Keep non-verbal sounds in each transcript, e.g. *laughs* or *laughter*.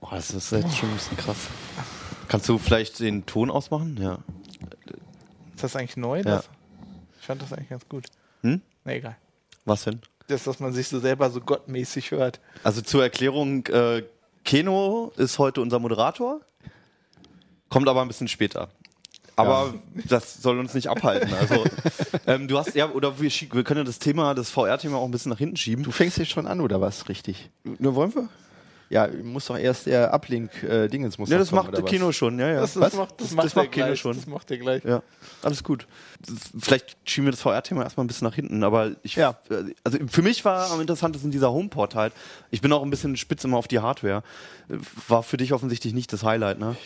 Oh, das ist jetzt schon ein bisschen krass. Kannst du vielleicht den Ton ausmachen? Ja. Ist das eigentlich neu? Das? Ich fand das eigentlich ganz gut. Hm? Na egal. Was denn? Das, dass man sich so selber so gottmäßig hört. Also zur Erklärung, äh, Keno ist heute unser Moderator, kommt aber ein bisschen später. Aber das soll uns nicht abhalten. *laughs* Also, ähm, du hast ja, oder wir, schie- wir können ja das Thema, das VR-Thema auch ein bisschen nach hinten schieben. Du fängst jetzt schon an, oder was? Richtig. Ne, wollen wir? Ja, muss doch erst der Uplink-Dingens. muss Ja, noch das kommen, macht oder was? Keno schon, ja, ja. Das, Was? das macht, das Das- macht, das der macht Keno gleich. schon. Das macht der gleich. Ja, alles gut. Das- Vielleicht schieben wir das VR-Thema erstmal ein bisschen nach hinten, aber ich, Ja. also für mich war am interessantesten dieser Homeport halt. Ich bin auch ein bisschen spitz immer auf die Hardware. Äh, War für dich offensichtlich nicht das Highlight, ne?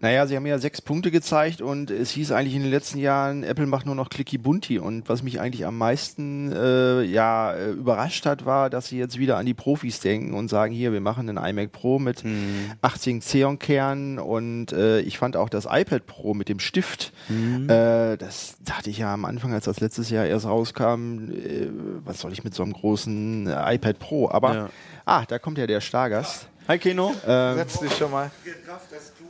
Naja, sie haben ja sechs Punkte gezeigt und es hieß eigentlich in den letzten Jahren, Apple macht nur noch Clicky Bunti. Und was mich eigentlich am meisten äh, ja, äh, überrascht hat, war, dass sie jetzt wieder an die Profis denken und sagen, hier, wir machen einen iMac Pro mit Hm. 18 Xeon-Kernen und äh, ich fand auch das iPad Pro mit dem Stift. Hm. Äh, das dachte ich ja am Anfang, als das letztes Jahr erst rauskam, äh, was soll ich mit so einem großen äh, iPad Pro? Aber Ja. ah, da kommt ja der Stargast. Hi Keno. Setz dich schon mal. gerafft, dass du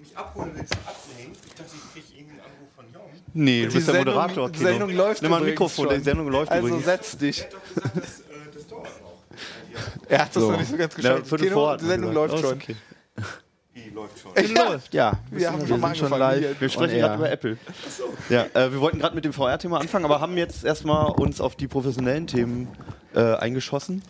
mich abholen willst und abzuhängen. Ich dachte, ich kriege irgendeinen Anruf von Jong. Ich Nee, du Die bist der Sendung- Moderator. die Keno. Sendung läuft Nimm mal ein übrigens Mikrofon, schon. die Sendung läuft Also übrigens. setz dich. hab doch gesagt, das, äh, das dauert noch. Er hat das noch nicht so ganz Na, geschafft. Viertel Keno, vor hat die man Sendung gesagt. läuft Oh, ist schon. okay. Die läuft schon. Echt? Ja, Ja, wir haben schon mal sind schon angefangen live. hier. Wir sprechen On air. gerade über Apple. Ja, äh, wir wollten gerade mit dem VR-Thema anfangen, aber haben jetzt erstmal uns auf die professionellen Themen äh, eingeschossen.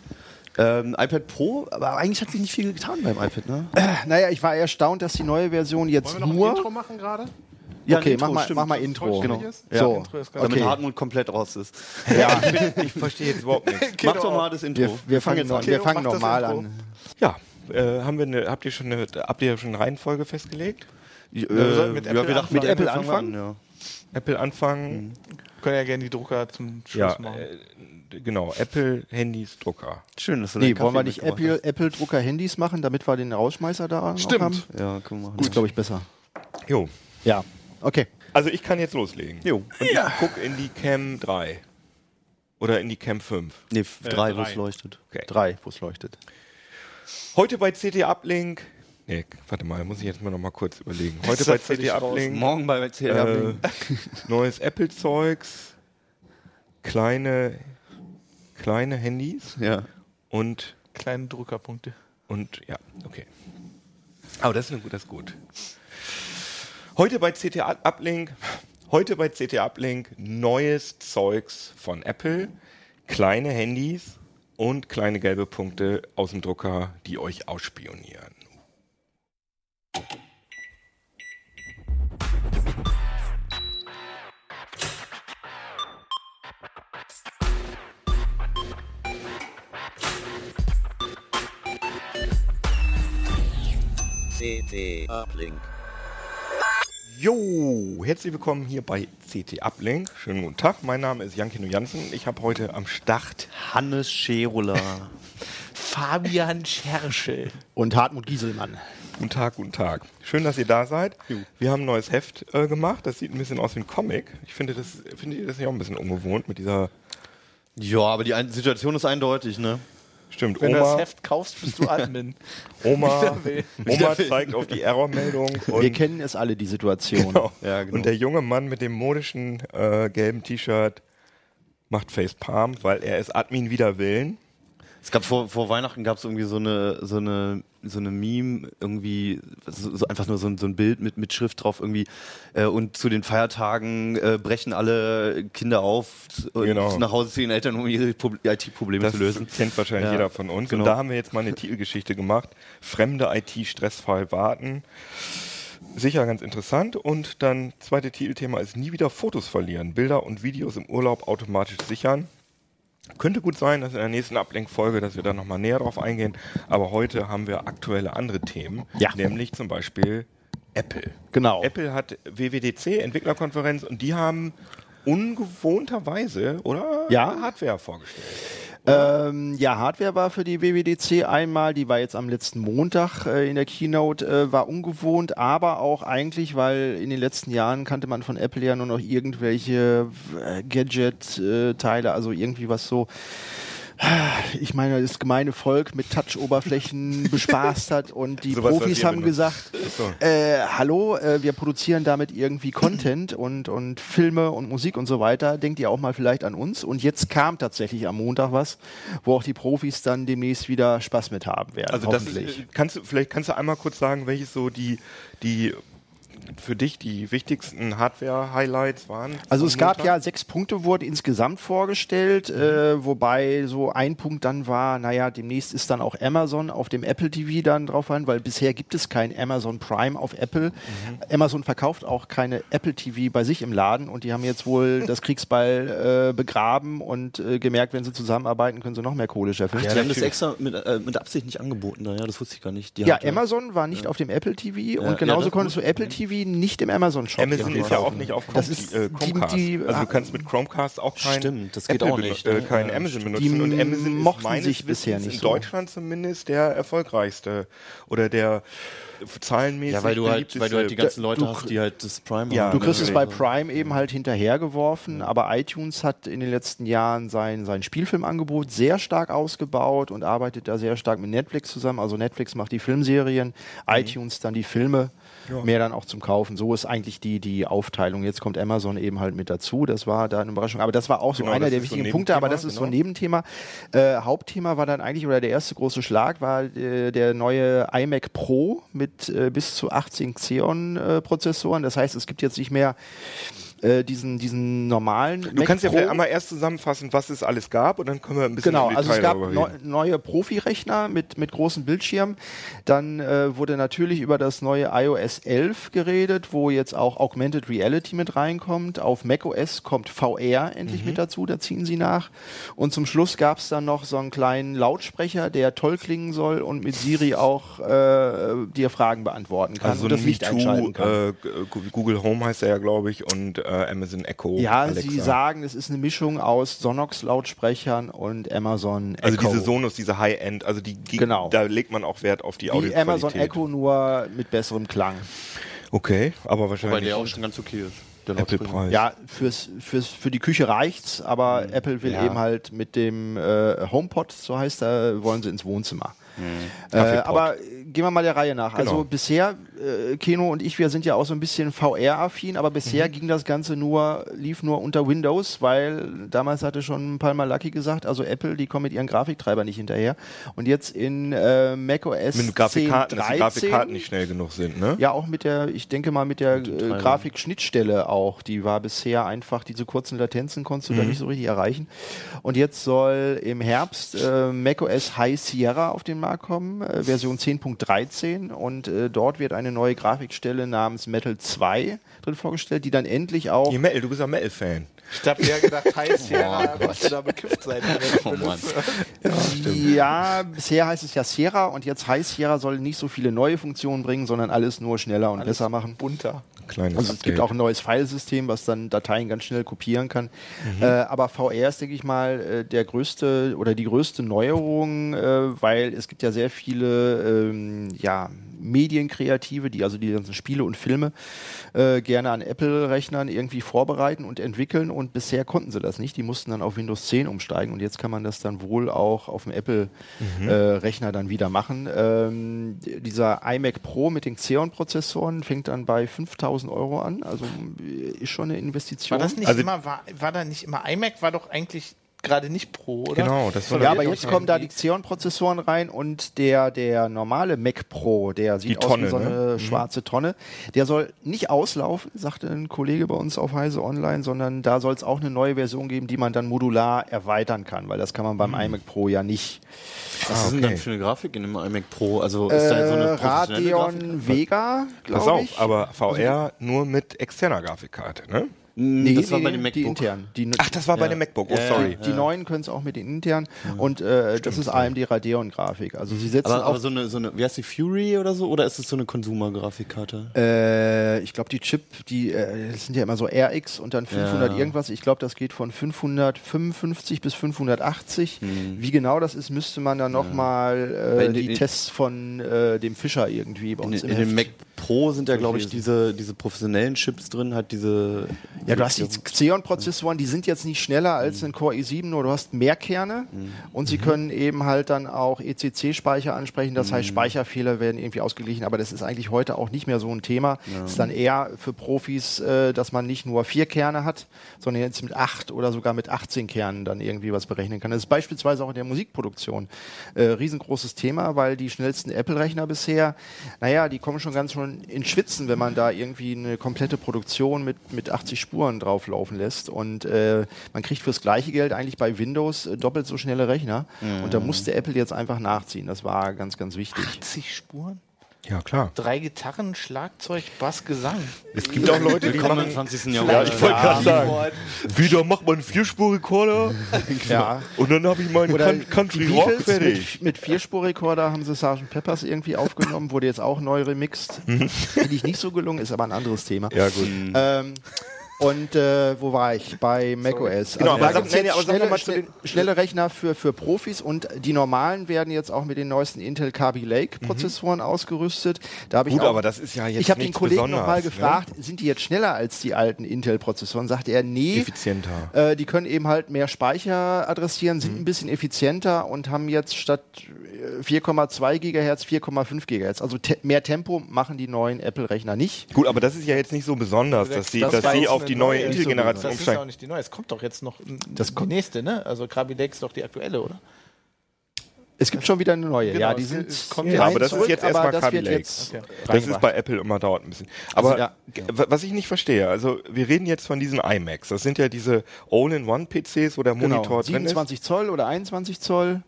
Ähm, iPad Pro, aber eigentlich hat sich nicht viel getan beim iPad, ne? Naja, ich war erstaunt, dass die neue Version jetzt Wollen wir noch ein Intro nur. machen gerade? *laughs* Ja, okay, ein Intro, mach, mal, stimmt. mach mal Intro. Vollständig Genau. ist? Ja. So, Intro ist ganz- Damit okay. Hartmut komplett raus ist. Ja, Ich verstehe jetzt überhaupt nichts. Genau. Mach doch mal das Intro. wir, wir fangen, noch, wir Keno, fangen mach das normal Intro. an. Ja, äh, haben wir eine, habt, ihr schon eine, habt ihr schon eine Reihenfolge festgelegt? Äh, wir sollten mit Apple anfangen. Mit Apple fangen wir anfangen? An, Apple anfangen. Können ja gerne die Drucker zum Schluss Mhm. Ja, machen. äh, genau. Apple, Handys, Drucker. ja. Schön, dass du Nee, deinen wollen wir Kaffee nicht mitgebracht Apple- Apple-Drucker-Handys machen, damit wir den Rausschmeißer da Stimmt. Noch haben? hast. Ja, können wir machen. Gut, glaube ich, besser. Jo. Ja, okay. Also ich kann jetzt loslegen. Jo. Und ich guck in die Cam 3. Oder in die Cam 5. Nee, f- Äh, drei, wo drei. es leuchtet. Okay. Drei, wo es leuchtet. Heute bei CT Uplink. Nee, warte mal, muss ich jetzt mal noch mal kurz überlegen. Heute bei CT Uplink. Morgen bei Apple Äh, neues Apple-Zeugs, kleine, kleine Handys Ja. und, Kleine Druckerpunkte. und ja, okay. Aber das ist, eine, gut- das ist gut. Heute bei CT Uplink, heute bei CT Uplink neues Zeugs von Apple, kleine Handys und kleine gelbe Punkte aus dem Drucker, die euch ausspionieren. CT Uplink. Jo, herzlich willkommen hier bei CT Uplink. Schönen guten Tag, mein Name ist Jankino Jansen. Ich habe heute am Start Hannes Scherola. Fabian Scherschel. Und Hartmut Gieselmann. Guten Tag, guten Tag. Schön, dass ihr da seid. Wir haben ein neues Heft äh, gemacht. Das sieht ein bisschen aus wie ein Comic. Ich finde das, finde ich das nicht auch ein bisschen ungewohnt mit dieser. ja, aber die ein- Situation ist eindeutig, ne? Stimmt, Wenn du das Oma, Heft *laughs* kaufst, bist du Admin. Oma, wieder will. Oma zeigt auf die Errormeldung. Wir Und, kennen es alle, die Situation. genau. Ja, genau. und der junge Mann mit dem modischen äh, gelben T-Shirt macht Facepalm, weil er ist Admin wider Willen. Es gab vor, vor Weihnachten gab es irgendwie so eine, so eine, so eine Meme, irgendwie, so, so einfach nur so ein, so ein Bild mit, mit Schrift drauf irgendwie. Äh, und zu den Feiertagen äh, brechen alle Kinder auf, und Genau. nach Hause zu ihren Eltern, um ihre Pro- IT-Probleme zu lösen. kennt wahrscheinlich Ja, jeder von uns. genau. Und da haben wir jetzt mal eine Titelgeschichte gemacht. Fremde IT-Stressfall warten. Sicher ganz interessant. Und dann zweite Titelthema ist nie wieder Fotos verlieren. Bilder und Videos im Urlaub automatisch sichern. Könnte gut sein, dass in der nächsten Ablenkfolge, dass wir da nochmal näher drauf eingehen. Aber heute haben wir aktuelle andere Themen. Ja. Nämlich zum Beispiel Apple. Genau. Apple hat WWDC, Entwicklerkonferenz, und die haben ungewohnterweise, oder? Ja. Hardware vorgestellt. Ähm, ja, Hardware war für die WWDC einmal, die war jetzt am letzten Montag äh, in der Keynote, äh, war ungewohnt, aber auch eigentlich, weil in den letzten Jahren kannte man von Apple ja nur äh, noch irgendwelche äh, Gadget-Teile, also irgendwie was so ich meine, das gemeine Volk mit Touch-Oberflächen bespaßt hat und die Sowas, was Profis ihr haben benutzt. gesagt, So. äh, hallo, äh, wir produzieren damit irgendwie Content und, und Filme und Musik und so weiter. Denkt ihr auch mal vielleicht an uns? Und jetzt kam tatsächlich am Montag was, wo auch die Profis dann demnächst wieder Spaß mit haben werden. Also das ist, äh, kannst du vielleicht kannst du einmal kurz sagen, welches so die die für dich die wichtigsten Hardware-Highlights waren? Also es am gab Montag? ja sechs Punkte wurden insgesamt vorgestellt, äh, wobei so ein Punkt dann war, naja, demnächst ist dann auch Amazon auf dem Apple TV dann drauf ein, weil bisher gibt es kein Amazon Prime auf Apple. Amazon verkauft auch keine Apple TV bei sich im Laden und die haben jetzt wohl das Kriegsbeil äh, begraben und äh, gemerkt, wenn sie zusammenarbeiten, können sie noch mehr Kohle scheffeln. die haben das extra mit, äh, mit Absicht nicht angeboten, daher, das wusste ich gar nicht. Die Ja, hat, äh, Amazon war nicht auf dem Apple TV Ja, und genauso ja, das konntest du muss- Apple TV nicht im Amazon Shop Amazon ist ja auch nicht auf Das Chrome- ist äh, die- Chromecast. die- äh, also du kannst mit Chromecast auch kein Stimmt, das geht auch benu- nicht, Äh, ne? kein Ja, Amazon Die benutzen und Amazon mochten ist meines sich bisher Wissens nicht in so. Deutschland zumindest der erfolgreichste oder der zahlenmäßig Ja, weil du halt, weil du halt die ganzen beliebteste. Leute hast, die halt das Prime Ja, haben. Du kriegst es bei Natürlich. Prime eben halt hinterhergeworfen, aber iTunes hat in den letzten Jahren sein, sein Spielfilmangebot sehr stark ausgebaut und arbeitet da sehr stark mit Netflix zusammen. Also Netflix macht die Filmserien, iTunes dann die Filme, mehr dann auch zum Kaufen. So ist eigentlich die, die Aufteilung. Jetzt kommt Amazon eben halt mit dazu. Das war da eine Überraschung. Aber das war auch so Genau, einer das der ist so ein wichtigen Punkte, aber Nebenthema, das ist so ein genau. Nebenthema. Äh, Hauptthema war dann eigentlich, oder der erste große Schlag war äh, der neue iMac Pro mit äh, bis zu 18 Xeon-Prozessoren. das heißt, es gibt jetzt nicht mehr äh, diesen, diesen normalen. Du kannst ja vielleicht einmal erst zusammenfassen, was es alles gab und dann können wir ein bisschen Genau, im also es Detail gab darüber neu, reden. neue Profi-Rechner mit, mit großen Bildschirmen. Dann äh, wurde natürlich über das neue iOS 11 geredet, wo jetzt auch Augmented Reality mit reinkommt. Auf macOS kommt VR Mhm. endlich mit dazu, da ziehen sie nach. Und zum Schluss gab es dann noch so einen kleinen Lautsprecher, der toll klingen soll und mit Siri auch äh, dir Fragen beantworten kann Also und so das ein Licht einschalten kann. MeToo, äh, Gu- Google Home heißt er ja, glaube ich, und äh, Amazon Echo. ja, Alexa. sie sagen, es ist eine Mischung aus Sonox-Lautsprechern und Amazon Echo. Also diese Sonos, diese High-End, also die, die Genau. da legt man auch Wert auf die Wie Audioqualität. Amazon Echo, nur mit besserem Klang. Okay, aber wahrscheinlich Weil der auch schon ganz okay ist. Der Lautsprecher. Apple-Preis. Ja, fürs, fürs, für die Küche reicht's, aber Mhm. Apple will Ja. eben halt mit dem äh, HomePod, so heißt er, wollen sie ins Wohnzimmer. Äh, Mhm. Kaffeepot. aber äh, gehen wir mal der Reihe nach. Also Genau. bisher, äh, Keno und ich, wir sind ja auch so ein bisschen VR-affin, aber bisher Mhm. ging das Ganze nur, lief nur unter Windows, weil damals hatte schon Palmer Lucky gesagt, also Apple, die kommen mit ihren Grafiktreibern nicht hinterher. Und jetzt in äh, macOS Mit den Grafikkarten, dass die 10.13 Grafikkarten nicht schnell genug sind, ne? ja, auch mit der, ich denke mal, mit der äh, Grafikschnittstelle auch. Die war bisher einfach, diese kurzen Latenzen konntest du da nicht so richtig erreichen. Und jetzt soll im Herbst äh, macOS High Sierra auf den Markt kommen, äh, Version 10.13. Und äh, dort wird eine neue Grafikstelle namens Metal 2 drin vorgestellt, die dann endlich auch. Ihr Metal, du bist ja Metal-Fan. Ich hab eher gedacht, heiß ja, musst du da bekifft sein. Oh Mann. Ja, bisher heißt es ja Sierra und jetzt High Sierra soll nicht so viele neue Funktionen bringen, sondern alles nur schneller und besser machen. Bunter. Kleines Also es gibt auch ein neues Filesystem, was dann Dateien ganz schnell kopieren kann. Äh, aber VR ist, denke ich mal, äh, der größte oder die größte Neuerung, äh, weil es gibt ja sehr viele ähm, ja, Medienkreative, die also die ganzen Spiele und Filme äh, gerne an Apple-Rechnern irgendwie vorbereiten und entwickeln. Und bisher konnten sie das nicht. Die mussten dann auf Windows 10 umsteigen und jetzt kann man das dann wohl auch auf dem Mhm. Apple-Rechner dann wieder machen. Ähm, d- dieser iMac Pro mit den Xeon-Prozessoren fängt dann bei 5000 Euro an. Also äh, ist schon eine Investition. War das nicht Also- immer, war, war da nicht immer, iMac war doch eigentlich gerade nicht Pro, oder? Genau, das war Oder ja, Ja, aber wird jetzt doch kommen da die irgendwie- Xeon-Prozessoren rein und der, der normale Mac Pro, der sieht Die aus wie Tonne, so eine Mhm. ne? schwarze Tonne, der soll nicht auslaufen, sagte ein Kollege bei uns auf Heise Online, sondern da soll es auch eine neue Version geben, die man dann modular erweitern kann, weil das kann man beim Mhm. iMac Pro ja nicht. Was ist denn okay. dann für eine Grafik in dem iMac Pro? Also ist da so Äh, eine professionelle Grafik? Radeon Vega, Pass glaube ich. Also auf, aber VR nur mit externer Grafikkarte, ne? nee, das war nee, bei dem die MacBook. intern. Die, Ach, das war bei dem MacBook, oh Ja, ja. sorry. die neuen können es auch mit den internen und äh, das ist AMD Radeon Grafik. Also sie setzen Aber, auf aber so eine, so eine, wie heißt die, Fury oder so? Oder ist es so eine Consumer-Grafikkarte? Äh, ich glaube, die Chip, die äh, das sind ja immer so RX und dann 500 Ja. irgendwas. Ich glaube, das geht von 555 bis 580. Wie genau das ist, müsste man dann nochmal Hm. Weil äh, in die den- Tests von äh, dem Fischer irgendwie bei In, uns den- im in den Heft. Mac Pro sind ja, glaube ich, diese, diese professionellen Chips drin, halt diese. Ja, du hast die Xeon-Prozessoren, die sind jetzt nicht schneller als ein Core i7, nur du hast mehr Kerne und sie können eben halt dann auch ECC-Speicher ansprechen. Das heißt, Speicherfehler werden irgendwie ausgeglichen, aber das ist eigentlich heute auch nicht mehr so ein Thema. Ist dann eher für Profis, äh, dass man nicht nur vier Kerne hat, sondern jetzt mit acht oder sogar mit 18 Kernen dann irgendwie was berechnen kann. Das ist beispielsweise auch in der Musikproduktion äh, riesengroßes Thema, weil die schnellsten Apple-Rechner bisher, naja, die kommen schon ganz schon in Schwitzen, wenn man da irgendwie eine komplette Produktion mit, mit 80 Spuren drauflaufen lässt. Und äh, man kriegt fürs gleiche Geld eigentlich bei Windows äh, doppelt so schnelle Rechner. Und da musste Apple jetzt einfach nachziehen. Das war ganz, ganz wichtig. 80 Spuren? Ja, klar. Drei Gitarren, Schlagzeug, Bass, Gesang. Es gibt auch Leute, die Willkommen im machen. 20. Jahrhundert. ich wollte gerade sagen, wieder macht man einen Vierspur-Recorder Ja. und dann habe ich meinen Oder Coun- Country die Rock Beatles fertig. Mit, mit Vierspurrekorder haben sie Sgt. Peppers irgendwie aufgenommen, wurde jetzt auch neu remixed. Finde ich nicht so gelungen, ist aber ein anderes Thema. Mhm. Ja, gut. Ähm, und äh, wo war ich? Bei macOS. Genau, aber da sag- gibt's nee, jetzt nee, aber sag schnelle, noch mal zu Also schnell- schnelle Rechner für, für Profis und die normalen werden jetzt auch mit den neuesten Intel Kaby Lake Prozessoren ausgerüstet. Da hab ich Mhm. Gut, auch, aber das ist ja jetzt ich habe den nichts Kollegen Besonderes, nochmal ne? gefragt, sind die jetzt schneller als die alten Intel-Prozessoren? Sagte er, nee. Effizienter. Mhm. Äh, die können eben halt mehr Speicher adressieren, sind ein bisschen effizienter und haben jetzt statt äh, 4,2 Gigahertz 4,5 Gigahertz. Also te mehr Tempo machen die neuen Apple-Rechner nicht. Gut, aber das ist ja jetzt nicht so besonders, dass sie, Das dass war sie jetzt auf eine die neue neue Das Intel-Generation ist ja auch umsteigen. nicht die neue. Es kommt doch jetzt noch n- Das die kommt- nächste, ne? Also Krabi Lake ist doch die aktuelle, oder? Es gibt schon wieder eine neue. Genau, ja, die es sind ist- kommt rein ja, aber das ist zurück, jetzt aber erstmal das Kaby wird Lake. jetzt Okay. Das ist bei Apple immer dauert ein bisschen. Aber Also, ja. g- wa- was ich nicht verstehe, also wir reden jetzt von diesen iMacs. Das sind ja diese All-in-One-PCs, wo der genau, Monitor drin ist. 27 Zoll oder 21 Zoll.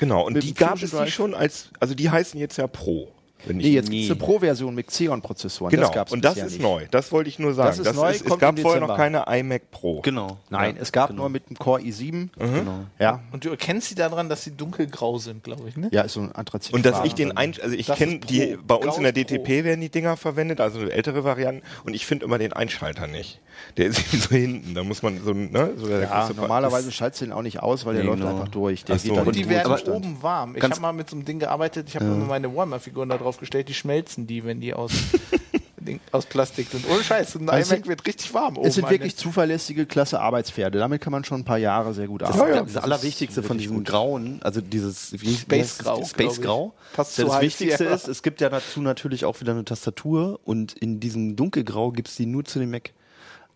Genau, und mit die dem gab Fusion es die Drive. schon als, also die heißen jetzt ja Pro. Wenn ich Nee, jetzt Nee. gibt's eine Pro-Version mit Xeon-Prozessoren. genau, Das gab's und das bisher ist nicht. neu. Das wollte ich nur sagen. Das ist neu, es kommt gab im vorher noch Dezember. keine iMac Pro. Genau. Nein, es gab nur mit dem Core i7. Mhm. Genau. Ja. Und du erkennst sie daran, dass sie dunkelgrau sind, glaube ich, ne? ja, ist so ein Anthrazit. Und dass ich den ein, also ich Das kenne ist Pro. die bei uns in der Gauss Pro. DTP werden die Dinger verwendet, also ältere Varianten und ich finde immer den Einschalter nicht. Der ist *laughs* irgendwie so hinten, da muss man so ne, so der ja, große Ver- Also normalerweise schaltest du den auch nicht aus, weil der Nee, läuft genau. einfach durch. Der Ach so. dann Und in die den werden Ruhestand. oben warm. Ich Ganz- habe mal mit so einem Ding gearbeitet, ich habe immer meine Warhammer-Figuren da drauf gestellt, die schmelzen die, wenn die aus, *laughs* Ding, aus Plastik sind. Ohne Scheiß, ein Also es iMac wird richtig warm oben. Es sind wirklich zuverlässige, klasse Arbeitspferde. Damit kann man schon ein paar Jahre sehr gut Das, arbeiten. das Allerwichtigste von diesem Grauen, also dieses wie- wie heißt Space das? Grau, Space glaub ich. Grau. Passt das zu heiß, Wichtigste ja. ist, es gibt ja dazu natürlich auch wieder eine Tastatur und in diesem Dunkelgrau gibt es die nur zu dem Mac.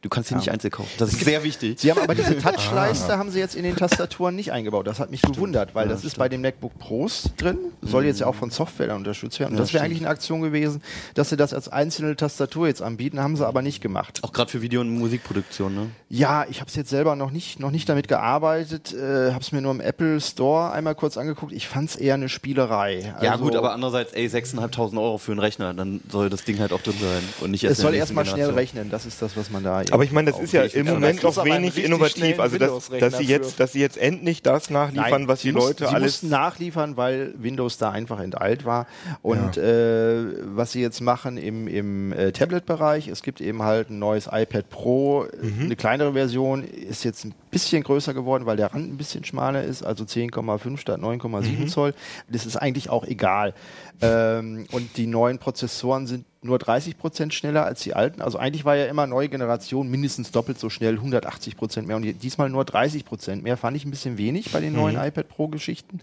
Du kannst die nicht einzeln kaufen. Das ist sehr wichtig. Sie haben aber diese Ah. Touchleiste haben sie jetzt in den Tastaturen nicht eingebaut. Das hat mich gewundert, weil das ist bei dem MacBook Pros drin, soll jetzt ja auch von Software dann unterstützt werden. Und das wäre eigentlich eine Aktion gewesen, dass sie das als einzelne Tastatur jetzt anbieten, haben sie aber nicht gemacht. Auch gerade für Video- und Musikproduktion, ne? Ja, ich habe es jetzt selber noch nicht, noch nicht damit gearbeitet, äh, habe es mir nur im Apple Store einmal kurz angeguckt. Ich fand es eher eine Spielerei. Ja Also- gut, aber andererseits, ey, 6.500 Euro für einen Rechner, dann soll das Ding halt auch drin sein und nicht erst es in der soll nächsten erstmal schnell Generation. rechnen, das ist das, was man da. Aber ich meine, das ist ja im Also Moment das ist auch aber ein wenig richtig innovativ. schnellen Also dass, Windows-Rechner dass sie für. jetzt, dass sie jetzt endlich das nachliefern, was die sie mussten- Leute sie alles. mussten nachliefern, weil Windows da einfach enteilt war. Und äh, was sie jetzt machen im, im äh, Tablet-Bereich, es gibt eben halt ein neues iPad Pro, äh, Mhm. eine kleinere Version, ist jetzt ein bisschen größer geworden, weil der Rand ein bisschen schmaler ist, also 10,5 statt 9,7 Mhm. Zoll. Das ist eigentlich auch egal. Ähm, und die neuen Prozessoren sind nur 30 Prozent schneller als die alten. Also eigentlich war ja immer neue Generation mindestens doppelt so schnell, 180 Prozent mehr und je- diesmal nur 30 Prozent mehr. Fand ich ein bisschen wenig bei den Mhm. neuen iPad Pro Geschichten.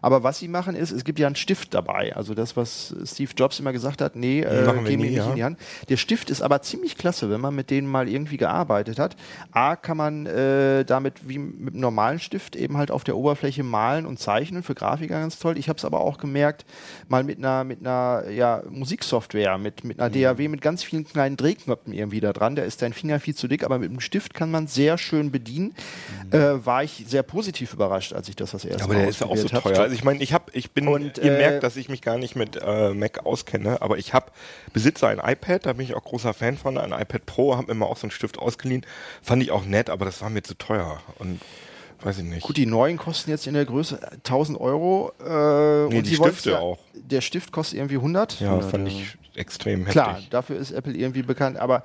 Aber was sie machen ist, es gibt ja einen Stift dabei. Also das, was Steve Jobs immer gesagt hat, nee, äh, Machen wir geben wir nie, nicht ja. in die Hand. Der Stift ist aber ziemlich klasse, wenn man mit denen mal irgendwie gearbeitet hat. A, kann man äh, damit wie mit einem normalen Stift eben halt auf der Oberfläche malen und zeichnen, für Grafiker ganz toll. Ich habe es aber auch gemerkt, mal mit einer, mit einer ja, Musiksoftware, mit, mit einer Mhm. DAW, mit ganz vielen kleinen Drehknöpfen irgendwie da dran. Da ist dein Finger viel zu dick, aber mit dem Stift kann man sehr schön bedienen. Äh, war ich sehr positiv überrascht, als ich das das erste Aber Mal der ist Mhm. ja auch so ausprobiert hab. teuer. Also ich meine, ich habe, ich bin, Und, ihr äh, merkt, dass ich mich gar nicht mit äh, Mac auskenne, aber ich habe besitze ein iPad, da bin ich auch großer Fan von, ein iPad Pro, habe mir mal auch so einen Stift ausgeliehen, fand ich auch nett, aber das war mir zu teuer und weiß ich nicht. Gut, die neuen kosten jetzt in der Größe 1000 Euro. Äh, Nee, und die sie wollen's Stifte ja, auch. Der Stift kostet irgendwie 100. ja, fand ich extrem Klar, heftig. dafür ist Apple irgendwie bekannt. Aber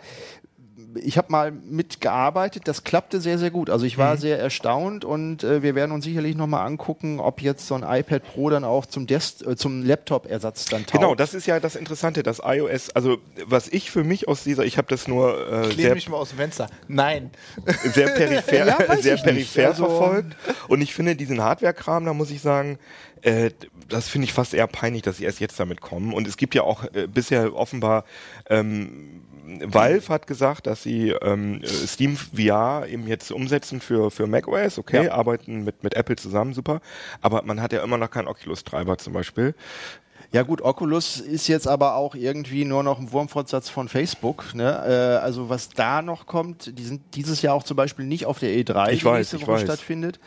ich habe mal mitgearbeitet, das klappte sehr, sehr gut. Also ich Mhm. war sehr erstaunt und äh, wir werden uns sicherlich nochmal angucken, ob jetzt so ein iPad Pro dann auch zum, Des äh, zum Laptop-Ersatz dann taugt. Genau, das ist ja das Interessante, dass iOS, also was ich für mich aus dieser, ich habe das nur äh, Lehne sehr, mich mal aus dem Fenster. Nein. *laughs* sehr peripher, Ja, weiß sehr ich nicht. peripher Also- verfolgt und ich finde diesen Hardware-Kram, da muss ich sagen, äh, das finde ich fast eher peinlich, dass sie erst jetzt damit kommen und es gibt ja auch äh, bisher offenbar ähm, Valve hat gesagt, dass sie ähm, äh, Steam VR eben jetzt umsetzen für, für macOS, okay, arbeiten mit, mit Apple zusammen, super, aber man hat ja immer noch keinen Oculus-Treiber zum Beispiel. Ja gut, Oculus ist jetzt aber auch irgendwie nur noch ein Wurmfortsatz von Facebook. Ne? Äh, also was da noch kommt, die sind dieses Jahr auch zum Beispiel nicht auf der E3, Ich die weiß, nächste ich Woche weiß. stattfindet.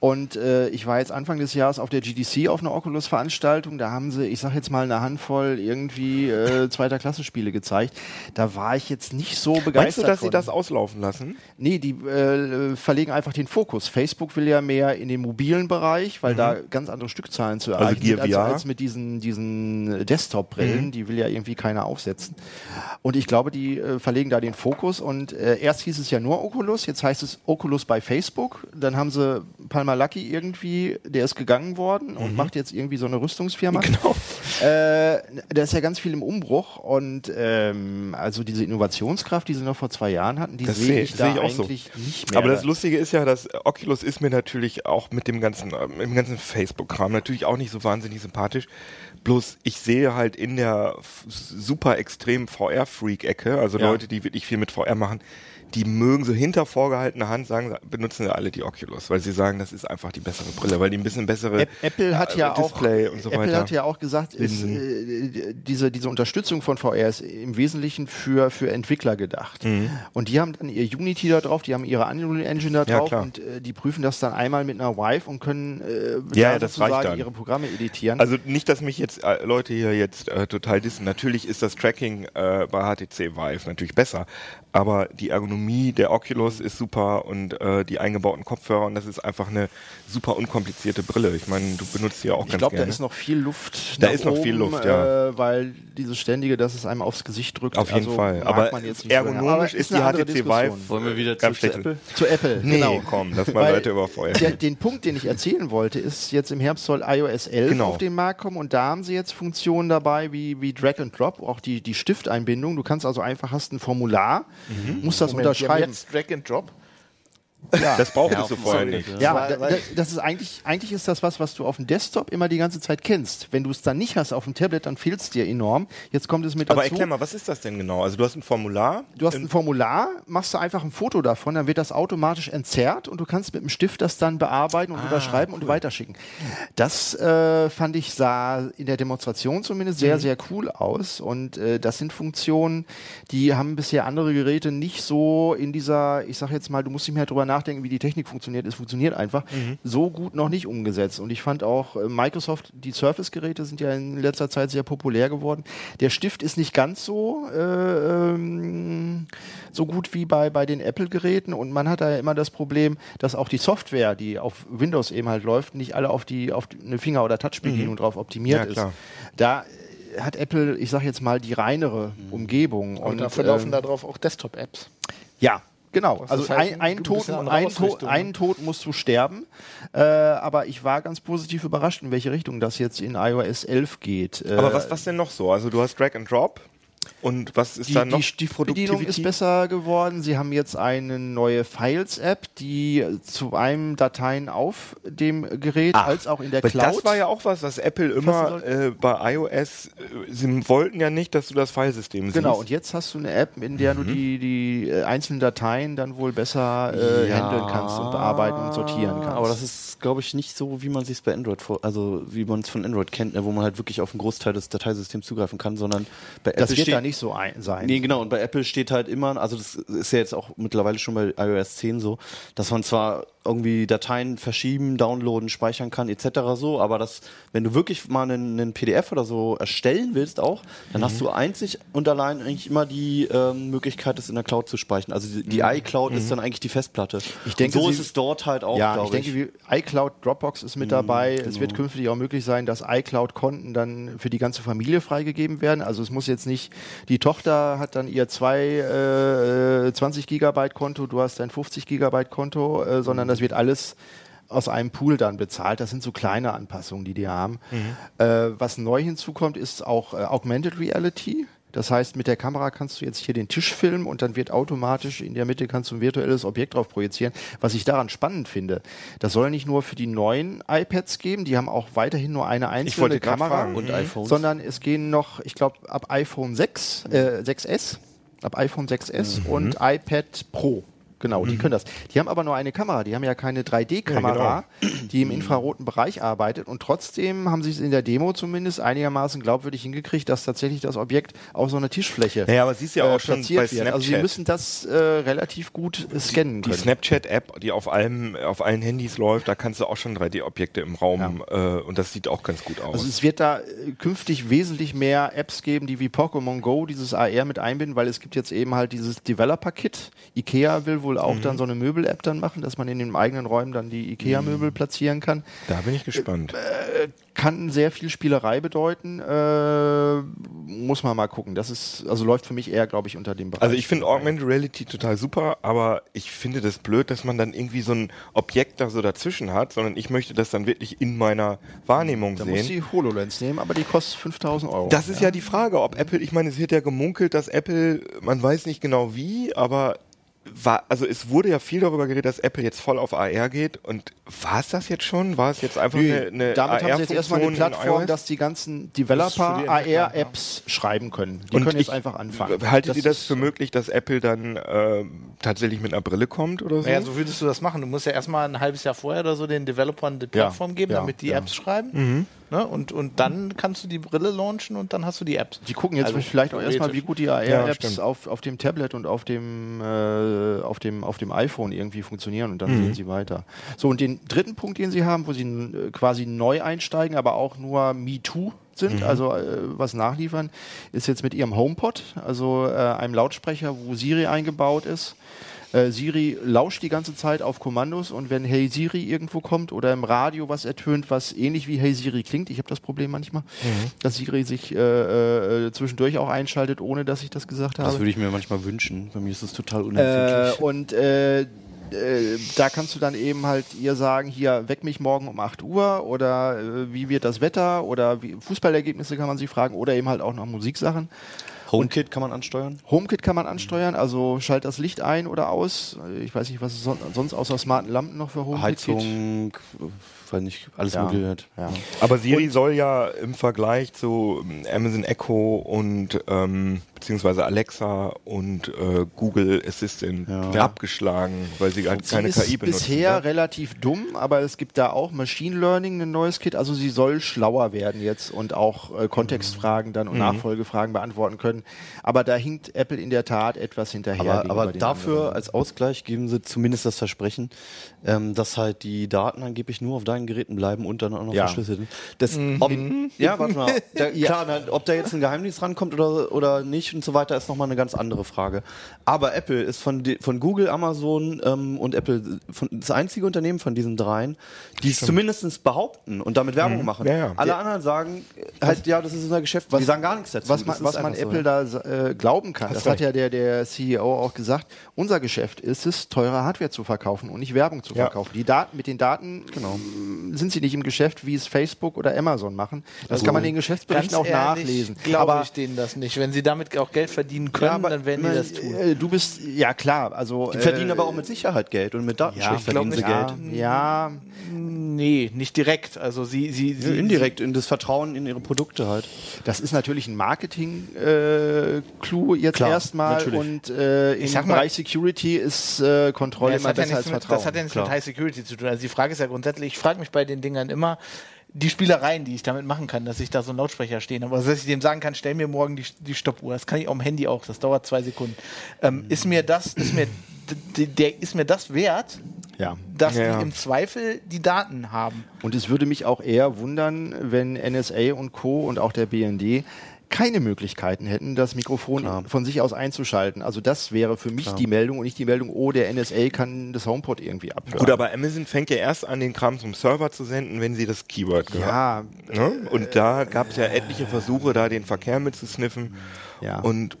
Und äh, ich war jetzt Anfang des Jahres auf der GDC auf einer Oculus-Veranstaltung. Da haben sie, ich sag jetzt mal, eine Handvoll irgendwie äh, zweiter Klassenspiele gezeigt. Da war ich jetzt nicht so begeistert. Meinst du, dass von. sie das auslaufen lassen? Nee, die äh, verlegen einfach den Fokus. Facebook will ja mehr in den mobilen Bereich, weil da ganz andere Stückzahlen zu erreichen Gear sind als, VR? als mit diesen, diesen Desktop-Brillen. Die will ja irgendwie keiner aufsetzen. Und ich glaube, die äh, verlegen da den Fokus. Und äh, erst hieß es ja nur Oculus, jetzt heißt es Oculus bei Facebook. Dann haben sie Palmalaki irgendwie, der ist gegangen worden und macht jetzt irgendwie so eine Rüstungsfirma. Genau. Äh, da ist ja ganz viel im Umbruch. Und ähm, also diese Innovationskraft, die sie noch vor zwei Jahren hatten, die Das sehe seh- ich sehe da ich auch so. eigentlich nicht mehr. Aber das Lustige ist ja, dass Oculus ist mir natürlich auch mit dem ganzen, äh, mit dem ganzen Facebook-Kram natürlich auch nicht so wahnsinnig sympathisch. Bloß ich sehe halt in der f- super extremen VR-Freak-Ecke, also Ja. Leute, die wirklich viel mit VR machen, die mögen so hinter vorgehaltener Hand sagen, benutzen ja alle die Oculus, weil sie sagen, das ist einfach die bessere Brille, weil die ein bisschen bessere App- Apple hat äh, ja auch Display und so Apple weiter. hat ja auch gesagt, ist, äh, diese, diese Unterstützung von VR ist im Wesentlichen für, für Entwickler gedacht. Mhm. Und die haben dann ihr Unity da drauf, die haben ihre Unreal Engine da Ja, drauf klar. und äh, die prüfen das dann einmal mit einer Vive und können äh, Ja, da das sozusagen reicht dann. ihre Programme editieren. Also nicht, dass mich jetzt äh, Leute hier jetzt äh, total dissen. Natürlich ist das Tracking äh, bei HTC Vive natürlich besser, aber die Ergonomie der Oculus ist super und äh, die eingebauten Kopfhörer und das ist einfach eine super unkomplizierte Brille. Ich meine, du benutzt die ja auch ich ganz glaube, da gerne. ist noch viel Luft. Da nach ist noch viel Luft, ja. Äh, weil dieses ständige, dass es einem aufs Gesicht drückt. Auf jeden also Fall. mag Aber man jetzt nicht so lange. ergonomisch Aber ist die eine andere HTC Vive Diskussion. Wollen wir wieder ganz zu schlecht. Apple? Zu Apple, Nee, genau. komm, lass mal Weil Leute überfeuern. Der, den Punkt, den ich erzählen wollte, ist, jetzt im Herbst soll iOS 11 Genau. auf den Markt kommen und da haben sie jetzt Funktionen dabei, wie, wie Drag and Drop, auch die, die Stifteinbindung. Du kannst also einfach, hast ein Formular, Mhm. musst das Moment, die haben unterschreiben. jetzt Drag and Drop. Das brauchtest Ja, du auf- vorher sorry. nicht. Ja, Weil- da- da- weil- das ist eigentlich, eigentlich ist das was, was du auf dem Desktop immer die ganze Zeit kennst. Wenn du es dann nicht hast auf dem Tablet, dann fehlt es dir enorm. Jetzt kommt es mit Aber dazu. erklär mal, was ist das denn genau? Also du hast ein Formular. Du hast ein Formular, machst du einfach ein Foto davon, dann wird das automatisch entzerrt und du kannst mit dem Stift das dann bearbeiten und unterschreiben und weiterschicken. Das äh, fand ich sah in der Demonstration zumindest sehr, sehr cool aus und äh, das sind Funktionen, die haben bisher andere Geräte nicht so in dieser, ich sag jetzt mal, du musst nicht mehr drüber nachdenken, wie die Technik funktioniert, es funktioniert einfach, so gut noch nicht umgesetzt und ich fand auch äh, Microsoft, die Surface-Geräte sind ja in letzter Zeit sehr populär geworden. Der Stift ist nicht ganz so äh, ähm, so gut wie bei, bei den Apple-Geräten und man hat da ja immer das Problem, dass auch die Software, die auf Windows eben halt läuft, nicht alle auf die auf die- eine Finger- oder Touchbedienung drauf optimiert Ja, ist. klar. Da äh, hat Apple, ich sag jetzt mal, die reinere Umgebung. Und, dafür ähm, laufen darauf auch Desktop-Apps. ja, genau. Das Also ist halt ein, ein ein Tod, bisschen andere ein Tod, Ausrichtung, ne? einen Tod musst du sterben. Äh, aber ich war ganz positiv überrascht, in welche Richtung das jetzt in iOS 11 geht. Äh, Aber was, was denn noch so? Also du hast Drag and Drop und was ist die, da noch? die Stiftbedienung ist Produktivität? besser geworden. Sie haben jetzt eine neue Files-App, die zu einem Dateien auf dem Gerät als auch in der Weil Cloud. Das war ja auch was, was Apple immer äh, bei iOS, äh, sie wollten ja nicht, dass du das Filesystem genau, und siehst. jetzt hast du eine App, in der du die, die äh, einzelnen Dateien dann wohl besser äh, handeln kannst und bearbeiten und sortieren kannst. Aber das ist, glaube ich, nicht so, wie man sich bei Android vor, also wie man es von Android kennt, ne, wo man halt wirklich auf einen Großteil des Dateisystems zugreifen kann, sondern bei Apple das wird steht, da nicht so ein, sein. Nee, genau. Und bei Apple steht halt immer, also das ist ja jetzt auch mittlerweile schon bei iOS 10 so, dass man zwar irgendwie Dateien verschieben, downloaden, speichern kann, etc. so, aber das, wenn du wirklich mal einen, einen PDF oder so erstellen willst auch, dann hast du einzig und allein eigentlich immer die ähm, Möglichkeit, das in der Cloud zu speichern. Also die, die iCloud ist dann eigentlich die Festplatte. Ich denke, und so sie- ist es dort halt auch, ja, ich glaube ich. Genau. denke, wie iCloud, Dropbox ist mit dabei. Es wird künftig auch möglich sein, dass iCloud-Konten dann für die ganze Familie freigegeben werden. Also es muss jetzt nicht Die Tochter hat dann ihr zwei äh, äh, 20 Gigabyte Konto, du hast dein 50 Gigabyte Konto, äh, Mhm. sondern das wird alles aus einem Pool dann bezahlt. Das sind so kleine Anpassungen, die die haben. Mhm. Äh, was neu hinzukommt, ist auch äh, Augmented Reality. Das heißt, mit der Kamera kannst du jetzt hier den Tisch filmen und dann wird automatisch in der Mitte kannst du ein virtuelles Objekt drauf projizieren. Was ich daran spannend finde, das soll nicht nur für die neuen iPads geben, die haben auch weiterhin nur eine einzelne wollte grad Kamera Mhm. fragen. Und iPhones. sondern es gehen noch, ich glaube, ab iPhone 6, äh, 6S, ab iPhone 6S und iPad Pro. Genau, die können das. Die haben aber nur eine Kamera, die haben ja keine 3D-Kamera, die im infraroten Bereich arbeitet und trotzdem haben sie es in der Demo zumindest einigermaßen glaubwürdig hingekriegt, dass tatsächlich das Objekt auf so einer Tischfläche Naja, aber siehst du ja äh, auch schon bei platziert wird. Snapchat. Also sie müssen das äh, relativ gut äh, scannen die können. Snapchat-App, die auf, allem, auf allen Handys läuft, da kannst du auch schon 3D-Objekte im Raum äh, und das sieht auch ganz gut aus. Also es wird da äh, künftig wesentlich mehr Apps geben, die wie Pokémon Go dieses AR mit einbinden, weil es gibt jetzt eben halt dieses Developer-Kit. Ikea will wohl auch Mhm. dann so eine Möbel-App dann machen, dass man in den eigenen Räumen dann die Mhm. Ikea-Möbel platzieren kann. da bin ich gespannt. Äh, Kann sehr viel Spielerei bedeuten. Äh, muss man mal gucken. Das ist, also läuft für mich eher, glaube ich, unter dem Bereich. Also ich finde Augmented Reality total super, aber ich finde das blöd, dass man dann irgendwie so ein Objekt da so dazwischen hat, sondern ich möchte das dann wirklich in meiner Wahrnehmung da muss sehen. die HoloLens nehmen, aber die kostet 5000 Euro. Das ist ja die Frage, ob Apple, ich meine, es wird ja gemunkelt, dass Apple, man weiß nicht genau wie, aber war, also es wurde ja viel darüber geredet, dass Apple jetzt voll auf AR geht und war es das jetzt schon? War es jetzt einfach Nö, eine, eine damit haben sie jetzt erstmal eine AR-Funktion in Plattform, iOS? dass die ganzen für die Developer Entwickler, ja. AR-Apps schreiben können. Die können jetzt einfach anfangen. Haltet ihr das ist- für möglich, dass Apple dann ähm, tatsächlich mit einer Brille kommt oder so? Naja, so würdest du das machen. Du musst ja erstmal ein halbes Jahr vorher oder so den Developern die Ja, Plattform geben, ja, damit die ja. Mhm. Apps schreiben. Ne? Und, und dann kannst du die Brille launchen und dann hast du die Apps. Die gucken jetzt Also vielleicht auch erstmal, wie theoretisch. gut die Ja, AR-Apps stimmt. auf, auf dem Tablet und auf dem, äh, auf, dem, auf dem iPhone irgendwie funktionieren und dann sehen sie weiter. So, und den dritten Punkt, den sie haben, wo sie äh, quasi neu einsteigen, aber auch nur MeToo sind, also äh, was nachliefern, ist jetzt mit ihrem HomePod, also äh, einem Lautsprecher, wo Siri eingebaut ist. Äh, Siri lauscht die ganze Zeit auf Kommandos und wenn Hey Siri irgendwo kommt oder im Radio was ertönt, was ähnlich wie Hey Siri klingt, ich habe das Problem manchmal, dass Siri sich äh, äh, äh, zwischendurch auch einschaltet, ohne dass ich das gesagt habe. Das würde ich mir manchmal wünschen. Bei mir ist es total Äh, unempfindlich. und äh, äh, da kannst du dann eben halt ihr sagen, hier, weck mich morgen um 8 Uhr oder äh, wie wird das Wetter oder wie, Fußballergebnisse kann man sie fragen oder eben halt auch noch Musiksachen. HomeKit kann man ansteuern. HomeKit kann man ansteuern, also schalt das Licht ein oder aus. Ich weiß nicht, was es son sonst außer smarten Lampen noch für HomeKit gibt. Heizung, äh, weiß nicht, alles Ja. Mögliche halt. Ja. Aber Siri soll ja im Vergleich zu ähm, Amazon Echo und ähm, beziehungsweise Alexa und äh, Google Assistant abgeschlagen, weil sie halt keine sie ist KI benutzen. bisher ne? relativ dumm, aber es gibt da auch Machine Learning, ein neues Kit. Also sie soll schlauer werden jetzt und auch äh, Kontextfragen dann und Mhm. Nachfolgefragen beantworten können. Aber da hinkt Apple in der Tat etwas hinterher. Aber, gegenüber aber den dafür anderen. als Ausgleich geben sie zumindest das Versprechen, ähm, dass halt die Daten angeblich nur auf deinen Geräten bleiben und dann auch noch Ja. verschlüsselt sind. Das, ob, ja, warte mal. Da, Klar, na, ob da jetzt ein Geheimdienst rankommt oder, oder nicht und so weiter, ist nochmal eine ganz andere Frage. Aber Apple ist von, de- von Google, Amazon ähm, und Apple von, das einzige Unternehmen von diesen dreien, die es zumindest behaupten und damit Werbung machen. Ja, ja. Alle anderen sagen, äh, halt, ja, das ist unser Geschäft. die sagen gar nichts dazu. was Das man, ist was man einfach so, Apple ja. da äh, glauben kann, das hat ja der, der CEO auch gesagt, unser Geschäft ist es, teure Hardware zu verkaufen und nicht Werbung zu Ja. verkaufen. Die Daten, mit den Daten Genau. mh, sind sie nicht im Geschäft, wie es Facebook oder Amazon machen. Das Also kann man in den Geschäftsberichten auch nachlesen. Glaube ich denen das nicht. Wenn sie damit auch Geld verdienen können, Ja, aber dann werden man- die das tun. äh, Du bist, ja klar, also. Die verdienen aber auch mit Sicherheit Geld und mit Datenschutz ja, verdienen sie ja, Geld. Ja, Nee, nicht direkt. Also sie, sie, Ja, sie indirekt in das Vertrauen in ihre Produkte halt. das ist natürlich ein Marketing-Clou jetzt Klar, erstmal. natürlich. Und äh, im Ich sag mal- Bereich Security ist äh, Kontrolle Ja, das, immer hat besser ja nichts als mit, Vertrauen. das hat ja nichts klar. mit High Security zu tun. Also die Frage ist ja grundsätzlich, ich frage mich bei den Dingern immer, die Spielereien, die ich damit machen kann, dass ich da so einen Lautsprecher stehen habe. Also dass ich dem sagen kann, stell mir morgen die, die Stoppuhr. Das kann ich auch am Handy auch, das dauert zwei Sekunden. Ähm, Ist mir das, ist mir, d- der, ist mir das wert, ja. dass Ja. die im Zweifel die Daten haben? Und es würde mich auch eher wundern, wenn NSA und Co. und auch der BND keine Möglichkeiten hätten, das Mikrofon von sich aus einzuschalten. Also das wäre für mich die Meldung und nicht die Meldung, oh, der NSA kann das HomePod irgendwie abhören. Gut, aber Amazon fängt ja erst an, den Kram zum Server zu senden, wenn sie das Keyword gehört. ja, Ne? Und da gab es ja etliche Versuche, da den Verkehr mitzusniffen. Ja. Und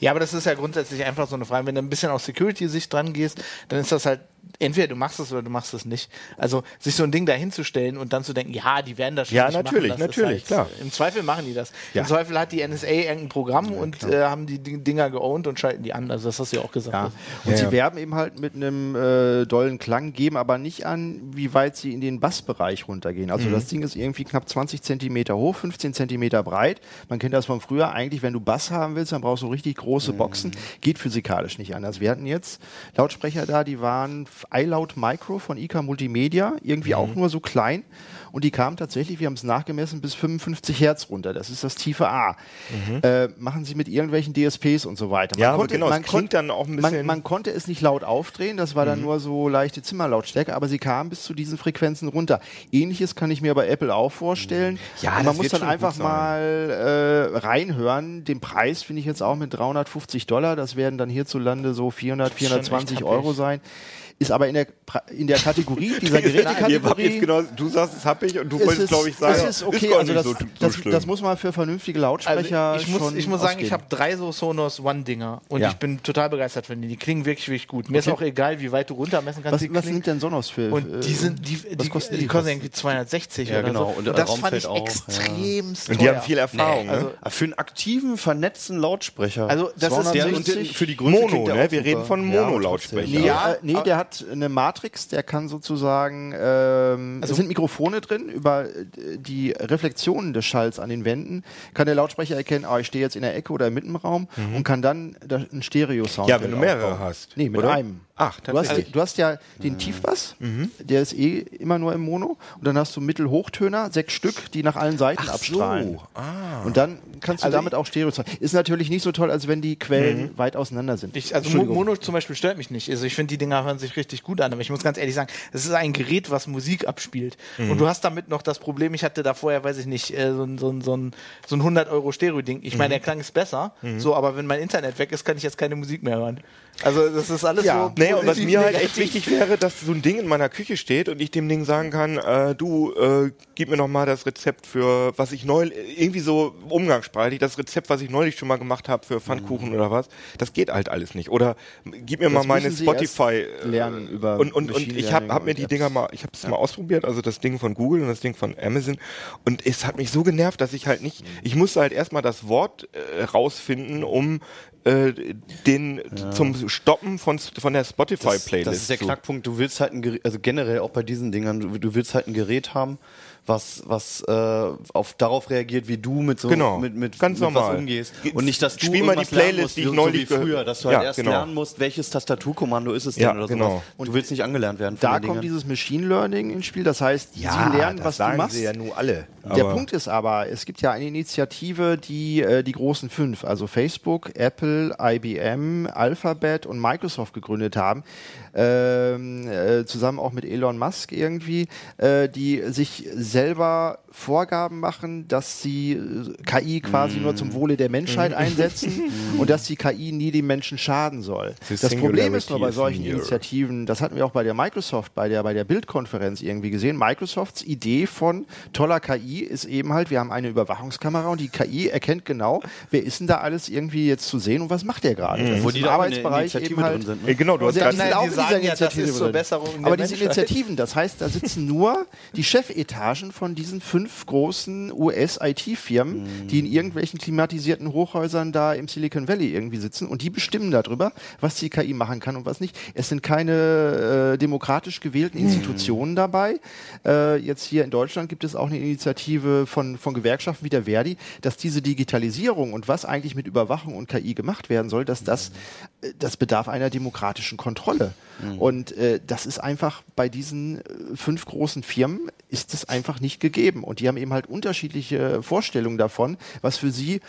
Ja, aber das ist ja grundsätzlich einfach so eine Frage. Wenn du ein bisschen aus Security-Sicht dran gehst, dann ist das halt, entweder du machst es oder du machst es nicht. Also sich so ein Ding dahinzustellen und dann zu denken, ja, die werden das schon Ja, nicht natürlich, machen, das ist halt natürlich, klar. Im Zweifel machen die das. Ja. Im Zweifel hat die NSA irgendein Programm und äh, haben die Ding- Dinger geowned und schalten die an. Also das hast du ja auch gesagt. Ja. Das- Und Ja, sie ja. werben eben halt mit einem äh, dollen Klang, geben aber nicht an, wie weit sie in den Bassbereich runtergehen. Mhm. Also das Ding ist irgendwie knapp 20 Zentimeter hoch, 15 Zentimeter breit. Man kennt das von früher. Eigentlich, wenn du Bass haben willst, dann brauchst du richtig Mhm. große Boxen. Geht physikalisch nicht anders. Wir hatten jetzt Lautsprecher da, die waren f- iLoud Micro von IK Multimedia, irgendwie Mhm. auch nur so klein. Und die kamen tatsächlich, wir haben es nachgemessen, bis 55 Hertz runter. Das ist das tiefe A. Äh, machen sie mit irgendwelchen DSPs und so weiter. Man Mhm. Ja, aber genau, es klingt konnte- dann auch ein man, bisschen- man konnte es nicht laut aufdrehen, das war Mhm. dann nur so leichte Zimmerlautstärke, aber sie kamen bis zu diesen Frequenzen runter. Ähnliches kann ich mir bei Apple auch vorstellen. Mhm. Ja, Und das man muss wird dann schon einfach gut sein. mal äh, reinhören. Den Preis finde ich jetzt auch mit 350 Dollar, das werden dann hierzulande so 400, schon echt 420 happig. Euro sein. Ist aber in der, Pra- in der *laughs* Kategorie, dieser Ihr habt Gerätekategorie, jetzt genau, du sagst, es hab ich und du ist wolltest, es, glaube ich, sagen, das ist okay. gar also nicht das, so, so das, schlimm. das muss man für vernünftige Also Lautsprecher ich muss, schon ich muss sagen, ausgeben. ich habe drei so Sonos One-Dinger und Ja. ich bin total begeistert von denen. Die klingen wirklich, wirklich gut. Mir ist auch egal, wie weit du runtermessen kannst. was, die was klingen- sind denn Sonos für? Und die äh, sind, die, die, die kosten kosten die? irgendwie 260 oder genau, so. und Und, der das Raum fand fällt ich auch, ja. extremst und die Oh teuer. haben viel Erfahrung. Nee, also- ne? Ah, Für einen aktiven, vernetzten Lautsprecher. Also das ist der, und 260 den, für die Größe Mono, klingt der ne? auch Wir super. reden von Ja, Mono-Lautsprecher. Nee, Ja, äh, nee der hat eine Matrix, der kann sozusagen, ähm, Also- es sind Mikrofone drin, über äh, die Reflexionen des Schalls an den Wänden kann der Lautsprecher erkennen, ah, ich stehe jetzt in der Ecke oder mitten im Raum und kann dann da einen Stereo-Sound Mhm. Ja, wenn du mehrere hast, Nee, mit oder? einem. Ach, du hast, tatsächlich. Mhm. du hast ja den Tiefbass, der ist eh immer nur im Mono und dann hast du Mittel-Hochtöner, sechs Stück, die nach allen Seiten abstrahlen. Ah. Und dann kannst du Also damit auch Stereo sound Ist natürlich nicht so toll, als wenn die Quellen Mhm. weit auseinander sind. Ich, also Mo- Entschuldigung. Mono zum Beispiel stört mich nicht. Also ich finde, die Dinger hören sich richtig gut an. Aber ich muss ganz ehrlich sagen, es ist ein Gerät, was Musik abspielt. Und du hast damit noch das Problem, ich hatte da vorher, weiß ich nicht, äh, so ein, so ein, so ein, so ein 100-Euro-Stereo-Ding. Ich meine, der Klang ist besser. So, aber wenn mein Internet weg ist, kann ich jetzt keine Musik mehr hören. Also das ist alles Ja. so... Nee, und was positiv, mir halt negativ. echt wichtig wäre, dass so ein Ding in meiner Küche steht und ich dem Ding sagen kann, äh, du, äh, gib mir noch mal das Rezept für, was ich neulich, irgendwie so umgangssprachlich, das Rezept, was ich neulich schon mal gemacht habe für Mhm. Pfannkuchen oder was, das geht halt alles nicht. Oder gib mir mal meine müssen Sie Spotify. äh, erst lernen über und, und, und Machine ich habe Learning hab mir und die Apps. Dinger mal, ich habe es mal ausprobiert, also das Ding von Google und das Ding von Amazon und es hat mich so genervt, dass ich halt Mhm. nicht, ich musste halt erstmal das Wort äh, rausfinden, um äh, den zum Stoppen von, von der Das, Spotify-Playlist. das ist der zu- Knackpunkt. Du willst halt ein Gerät, also generell auch bei diesen Dingern, du, du willst halt ein Gerät haben, was, was äh, auf, darauf reagiert, wie du mit so Genau. mit, mit, Ganz mit normal. was umgehst. Ge- Und nicht, dass du spiel mal die irgendwas lernen Playlist, musst, die ich so, so wie neulich ge- früher, dass du halt Ja, erst genau. lernen musst, welches Tastaturkommando ist es denn Ja, oder genau. sowas. Und du willst nicht angelernt werden von da den kommt Dingern. dieses Machine Learning ins Spiel. Das heißt, sie lernen, das was du sagen machst. Sie ja nur alle. der Punkt ist aber, es gibt ja eine Initiative, die äh, die großen fünf, also Facebook, Apple, IBM, Alphabet und Microsoft gegründet haben, ähm, äh, zusammen auch mit Elon Musk irgendwie, äh, die sich selber Vorgaben machen, dass sie äh, KI quasi nur zum Wohle der Menschheit Mhm. *laughs* einsetzen und dass die KI nie dem Menschen schaden soll. The das Problem ist singularity nur bei is solchen near. Initiativen, Initiativen, das hatten wir auch bei der Microsoft, bei der, bei der Bildkonferenz irgendwie gesehen. Microsofts Idee von toller KI ist eben halt, wir haben eine Überwachungskamera und die KI erkennt genau, wer ist denn da alles irgendwie jetzt zu sehen und was macht der gerade. Das Mhm. Wo ist die im da auch in der Arbeitsbereich Initiative eben halt. drin sind. Ne? Äh, Genau, du hast Ja, die gerade sind auch in die dieser sagen ja, das Initiative ist zur drin. Besserung der Aber diese Menschheit. Initiativen, das heißt, da sitzen nur die Chefetagen von diesen fünf großen US-IT-Firmen, die in Mhm. irgendwelchen klimatisierten Hochhäusern da im Silicon Valley irgendwie sitzen und die bestimmen darüber, was die KI machen kann und was nicht. Es sind keine äh, demokratisch gewählten Mhm. Institutionen dabei. Äh, jetzt hier in Deutschland gibt es auch eine Initiative von, von Gewerkschaften wie der Verdi, dass diese Digitalisierung und was eigentlich mit Überwachung und KI gemacht werden soll, dass das, äh, das bedarf einer demokratischen Kontrolle. Und äh, das ist einfach bei diesen äh, fünf großen Firmen ist das einfach nicht gegeben. Und die haben eben halt unterschiedliche Vorstellungen davon, was für sie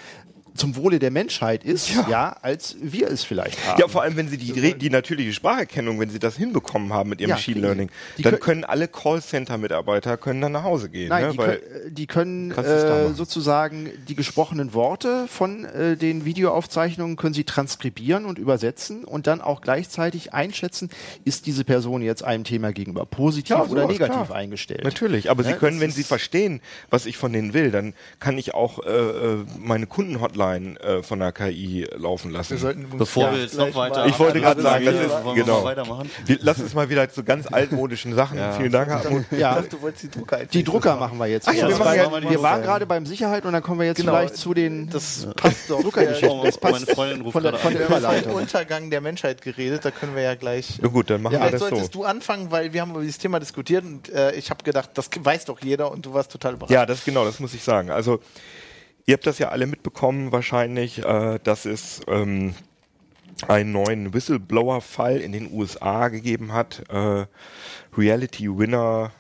zum Wohle der Menschheit ist, ja, als wir es vielleicht haben. Ja, vor allem, wenn sie die, Re- die natürliche Spracherkennung, wenn sie das hinbekommen haben mit ihrem Ja, Machine kriegen sie. Learning, Die dann können- können alle Callcenter-Mitarbeiter können dann nach Hause gehen. Nein, ne? die, Weil können, äh, die können Kannst du's da äh, machen? sozusagen die gesprochenen Worte von äh, den Videoaufzeichnungen können sie transkribieren und übersetzen und dann auch gleichzeitig einschätzen, ist diese Person jetzt einem Thema gegenüber positiv Ja, oder sowas, negativ klar. eingestellt. Natürlich, aber Ne, sie können, das wenn ist- sie verstehen, was ich von denen will, dann kann ich auch äh, äh, meine Kundenhotline äh, von der KI laufen lassen. Wir sollten übrigens Bevor ja, wir jetzt noch gleich weiter. äh, mal- Ich wollte gerade sagen, das Wollen ist- wir mal genau. weitermachen. Wir, lass uns mal wieder zu ganz altmodischen Sachen. *laughs* Vielen Dank, Hartmut. Ich Ja, dachte, du wolltest die Drucker die Drucker machen wir jetzt. ja, wir wir, machen ja- waren- wir waren gerade beim Sicherheit und dann kommen wir jetzt Genau, vielleicht zu den *laughs* Das passt doch. Druckergeschichten. Das Meine passt Freundin ruft von der, gerade von an. der Wir haben vom Überleitung. Untergang der Menschheit geredet, da können wir ja gleich. Ja, gut, dann machen Ja, wir Vielleicht das so. solltest du anfangen, weil wir haben über dieses Thema diskutiert und äh, ich habe gedacht, das weiß doch jeder und du warst total überrascht. Ja, das genau, das muss ich sagen. Also ihr habt das ja alle mitbekommen wahrscheinlich, äh, dass es ähm, einen neuen Whistleblower-Fall in den USA gegeben hat. Äh, Reality Winner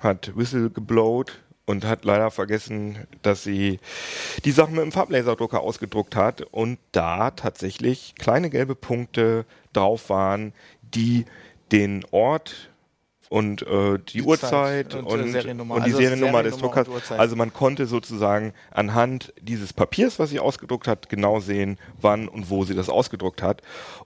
hat Whistle geblowt und hat leider vergessen, dass sie die Sachen mit dem Farblaserdrucker ausgedruckt hat und da tatsächlich kleine gelbe Punkte drauf waren, die den Ort und äh, Die die, Uhrzeit Zeit und, und, äh, Seriennummer. und die Also Seriennummer des Seriennummer und Druckers. Uhrzeit. Also man konnte sozusagen anhand dieses Papiers, was sie ausgedruckt hat, genau sehen, wann und wo sie das ausgedruckt hat.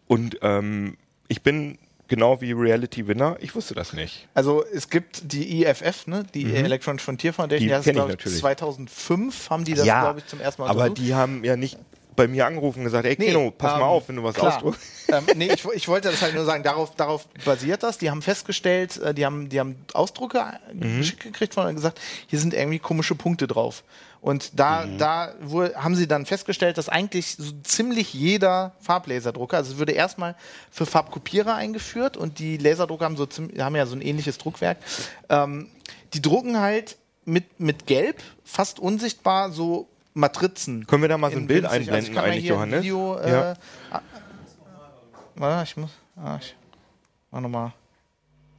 Und ähm, ich bin genau wie Reality Winner, ich wusste das nicht. Also es gibt die IFF, ne? die Electronic Frontier Foundation, Mhm. Die die hat es, kenn ich glaube ich, natürlich. 2005 haben die das, glaube ich, zum ersten Mal aber untersucht. die haben ja nicht bei mir angerufen und gesagt, ey Nee, Keno, pass ähm, mal auf, wenn du was klar. ausdruckst. *laughs* ähm, nee, ich, wo- ich wollte das halt nur sagen, darauf, darauf basiert das. Die haben festgestellt, äh, die haben, die haben Ausdrucke Mhm. geschickt gekriegt von und gesagt, hier sind irgendwie komische Punkte drauf. Und da, Mhm. da wo, haben sie dann festgestellt, dass eigentlich so ziemlich jeder Farblaserdrucker, also es würde erstmal für Farbkopierer eingeführt und die Laserdrucker haben, so, ziem- haben ja so ein ähnliches Druckwerk. Ähm, die drucken halt mit, mit Gelb fast unsichtbar so Matrizen. Können wir da mal so In ein Bild winzig. Also einblenden ich kann mal eigentlich, hier ein Johannes? Video, äh, Ja. ah, warte, ich muss. Ah, ich mach nochmal.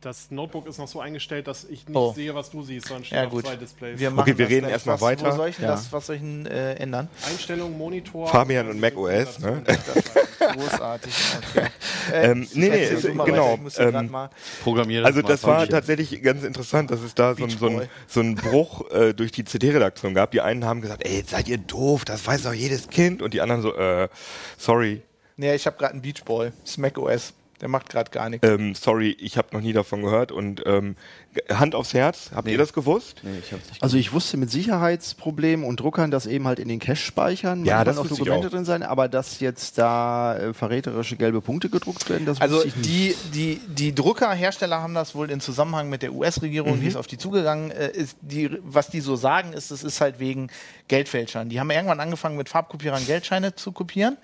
Das Notebook ist noch so eingestellt, dass ich nicht Oh. sehe, was du siehst, sondern steht Ja, auf gut. zwei Displays. machen wir das reden gleich. erstmal was, weiter. Wo soll ich denn Ja. das, was soll ich denn äh, ändern? Einstellung, Monitor. Fabian und Mac OS, *laughs* ne? *laughs* Großartig. Okay. Äh, Ähm, nee, nee, erzähl ist, du mal genau. weiter, ich muss hier grad Ähm, mal- Programmier also mal. das war tatsächlich ganz interessant, dass es da so, ein- so, ein, Beach so einen Bruch äh, durch die CD-Redaktion gab. Die einen haben gesagt, ey, seid ihr doof, das weiß doch jedes Kind. Und die anderen so, äh, sorry, nee, ich habe gerade einen Beachball. Smack OS. Der macht gerade gar nichts. ähm, sorry, ich habe noch nie davon gehört. Und ähm, g- Hand aufs Herz, habt ihr das gewusst? Nee, ich hab's nicht. Also ich wusste mit Sicherheitsproblemen und Druckern, dass eben halt in den Cache speichern, Ja, manchmal das auch wusste ich Dokumente auch. drin sein, aber dass jetzt da äh, verräterische gelbe Punkte gedruckt werden, das Also wusste ich nicht. die, die, die Druckerhersteller haben das wohl in Zusammenhang mit der US-Regierung, Mhm. die ist auf die zugegangen. Äh, ist die, was die so sagen, ist, es ist halt wegen Geldfälschern. Die haben irgendwann angefangen, mit Farbkopierern Geldscheine zu kopieren.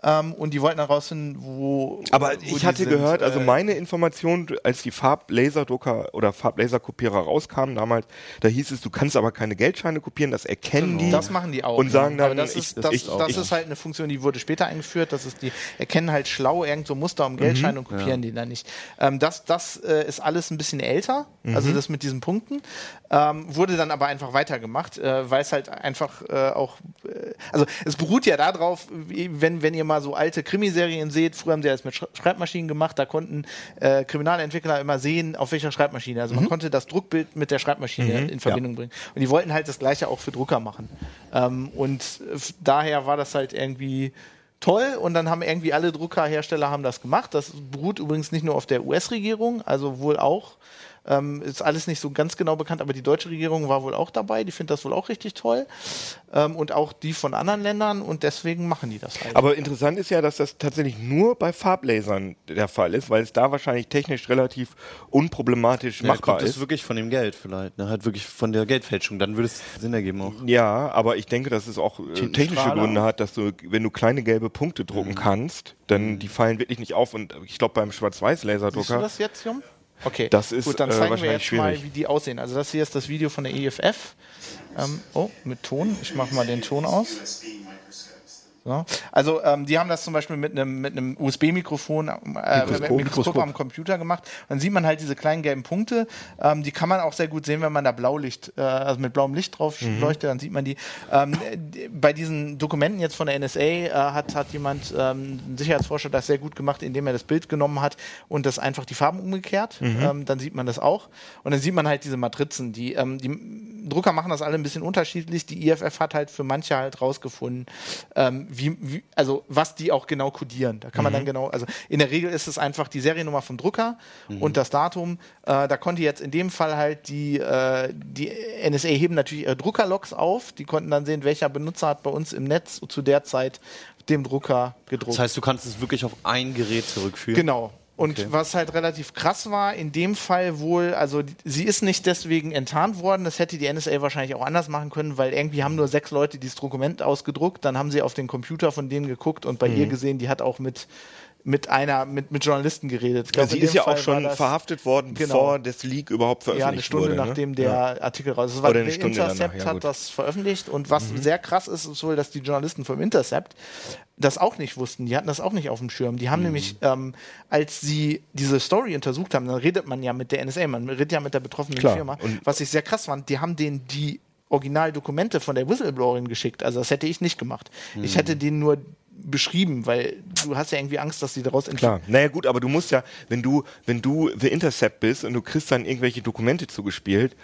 Ähm, und die wollten herausfinden, wo. Aber wo ich die hatte sind. gehört, also Äh, meine Information, als die Farblaserdrucker oder Farblaserkopierer rauskamen damals, da hieß es, du kannst aber keine Geldscheine kopieren, das erkennen die. das machen die auch. Und sagen ja. dann, Aber das, ich- ist, das, ich- das ich- ist halt eine Funktion, die wurde später eingeführt. Das ist die erkennen halt schlau irgend so Muster Mhm. um Geldschein und kopieren die dann nicht. Ähm, das das äh, ist alles ein bisschen älter, Mhm. also das mit diesen Punkten. Ähm, wurde dann aber einfach weitergemacht, äh, weil es halt einfach äh, auch. Äh, also es beruht ja darauf, wie- wenn, wenn ihr mal so alte Krimiserien seht, früher haben sie das mit Sch Schreibmaschinen gemacht, da konnten äh, Kriminalentwickler immer sehen, auf welcher Schreibmaschine. Also man konnte das Druckbild mit der Schreibmaschine in Verbindung bringen. Und die wollten halt das gleiche auch für Drucker machen. Ähm, und f- daher war das halt irgendwie toll und dann haben irgendwie alle Druckerhersteller haben das gemacht. Das beruht übrigens nicht nur auf der US-Regierung, also wohl auch. Ähm, ist alles nicht so ganz genau bekannt, aber die deutsche Regierung war wohl auch dabei. Die findet das wohl auch richtig toll. Ähm, und auch die von anderen Ländern und deswegen machen die das halt. Aber interessant ist ja, dass das tatsächlich nur bei Farblasern der Fall ist, weil es da wahrscheinlich technisch relativ unproblematisch Ja, machbar kommt das ist. wirklich von dem Geld vielleicht? Ne? Halt wirklich von der Geldfälschung. Dann würde es Sinn ergeben auch. Ja, aber ich denke, dass es auch äh, technische Gründe hat, dass du, wenn du kleine gelbe Punkte Mhm. drucken kannst, dann die fallen wirklich nicht auf. Und ich glaube, beim Siehst du Schwarz-Weiß-Laserdrucker, das jetzt, Jum? Okay, Das ist, gut, dann äh, zeigen wir wahrscheinlich jetzt mal, schwierig. wie die aussehen. Also das hier ist das Video von der EFF. Ähm, oh, mit Ton. Ich mache mal den Ton aus. Ne? Also ähm, die haben das zum Beispiel mit einem mit einem USB-Mikrofon, äh, Mikroskop. Mikroskop. am Computer gemacht. Dann sieht man halt diese kleinen gelben Punkte. Ähm, die kann man auch sehr gut sehen, wenn man da Blaulicht, äh, also mit blauem Licht drauf leuchtet, dann sieht man die. Ähm, d- bei diesen Dokumenten jetzt von der NSA äh, hat hat jemand, ähm, ein Sicherheitsforscher, das sehr gut gemacht, indem er das Bild genommen hat und das einfach die Farben umgekehrt. Ähm, dann sieht man das auch und dann sieht man halt diese Matrizen. Die ähm, die Drucker machen das alle ein bisschen unterschiedlich. Die IFF hat halt für manche halt rausgefunden, ähm, wie, wie, also was die auch genau kodieren. Da kann man dann genau, also in der Regel ist es einfach die Seriennummer vom Drucker und das Datum. Äh, da konnte jetzt in dem Fall halt die, äh, die NSA heben natürlich ihre Druckerlogs auf. Die konnten dann sehen, welcher Benutzer hat bei uns im Netz zu der Zeit dem Drucker gedruckt. Das heißt, du kannst es wirklich auf ein Gerät zurückführen. Genau. Und was halt relativ krass war, in dem Fall wohl, also die- sie ist nicht deswegen enttarnt worden, das hätte die NSA wahrscheinlich auch anders machen können, weil irgendwie haben nur sechs Leute dieses Dokument ausgedruckt, dann haben sie auf den Computer von denen geguckt und bei ihr Mhm. gesehen, die hat auch mit, mit einer, mit, mit Journalisten geredet. Ich glaub, sie in dem ist ja Fall auch war schon das- verhaftet worden, Genau. bevor das Leak überhaupt veröffentlicht ja, eine Stunde wurde. ne? nachdem der Artikel raus ist. Das war Oder eine der Stunde danach, Intercept ja, gut. Mhm. hat das veröffentlicht und was sehr krass ist, ist wohl, dass die Journalisten vom Intercept das auch nicht wussten. Die hatten das auch nicht auf dem Schirm. Mhm. Die haben nämlich, ähm, als sie diese Story untersucht haben, dann redet man ja mit der NSA, man redet ja mit der betroffenen Klar. Firma. Und- was ich sehr krass fand, die haben denen die Originaldokumente von der Whistleblowerin geschickt. Also das hätte ich nicht gemacht. Mhm. Ich hätte denen nur beschrieben, weil du hast ja irgendwie Angst, dass die daraus Klar. Naja gut, aber du musst ja, wenn du, wenn du The Intercept bist und du kriegst dann irgendwelche Dokumente zugespielt,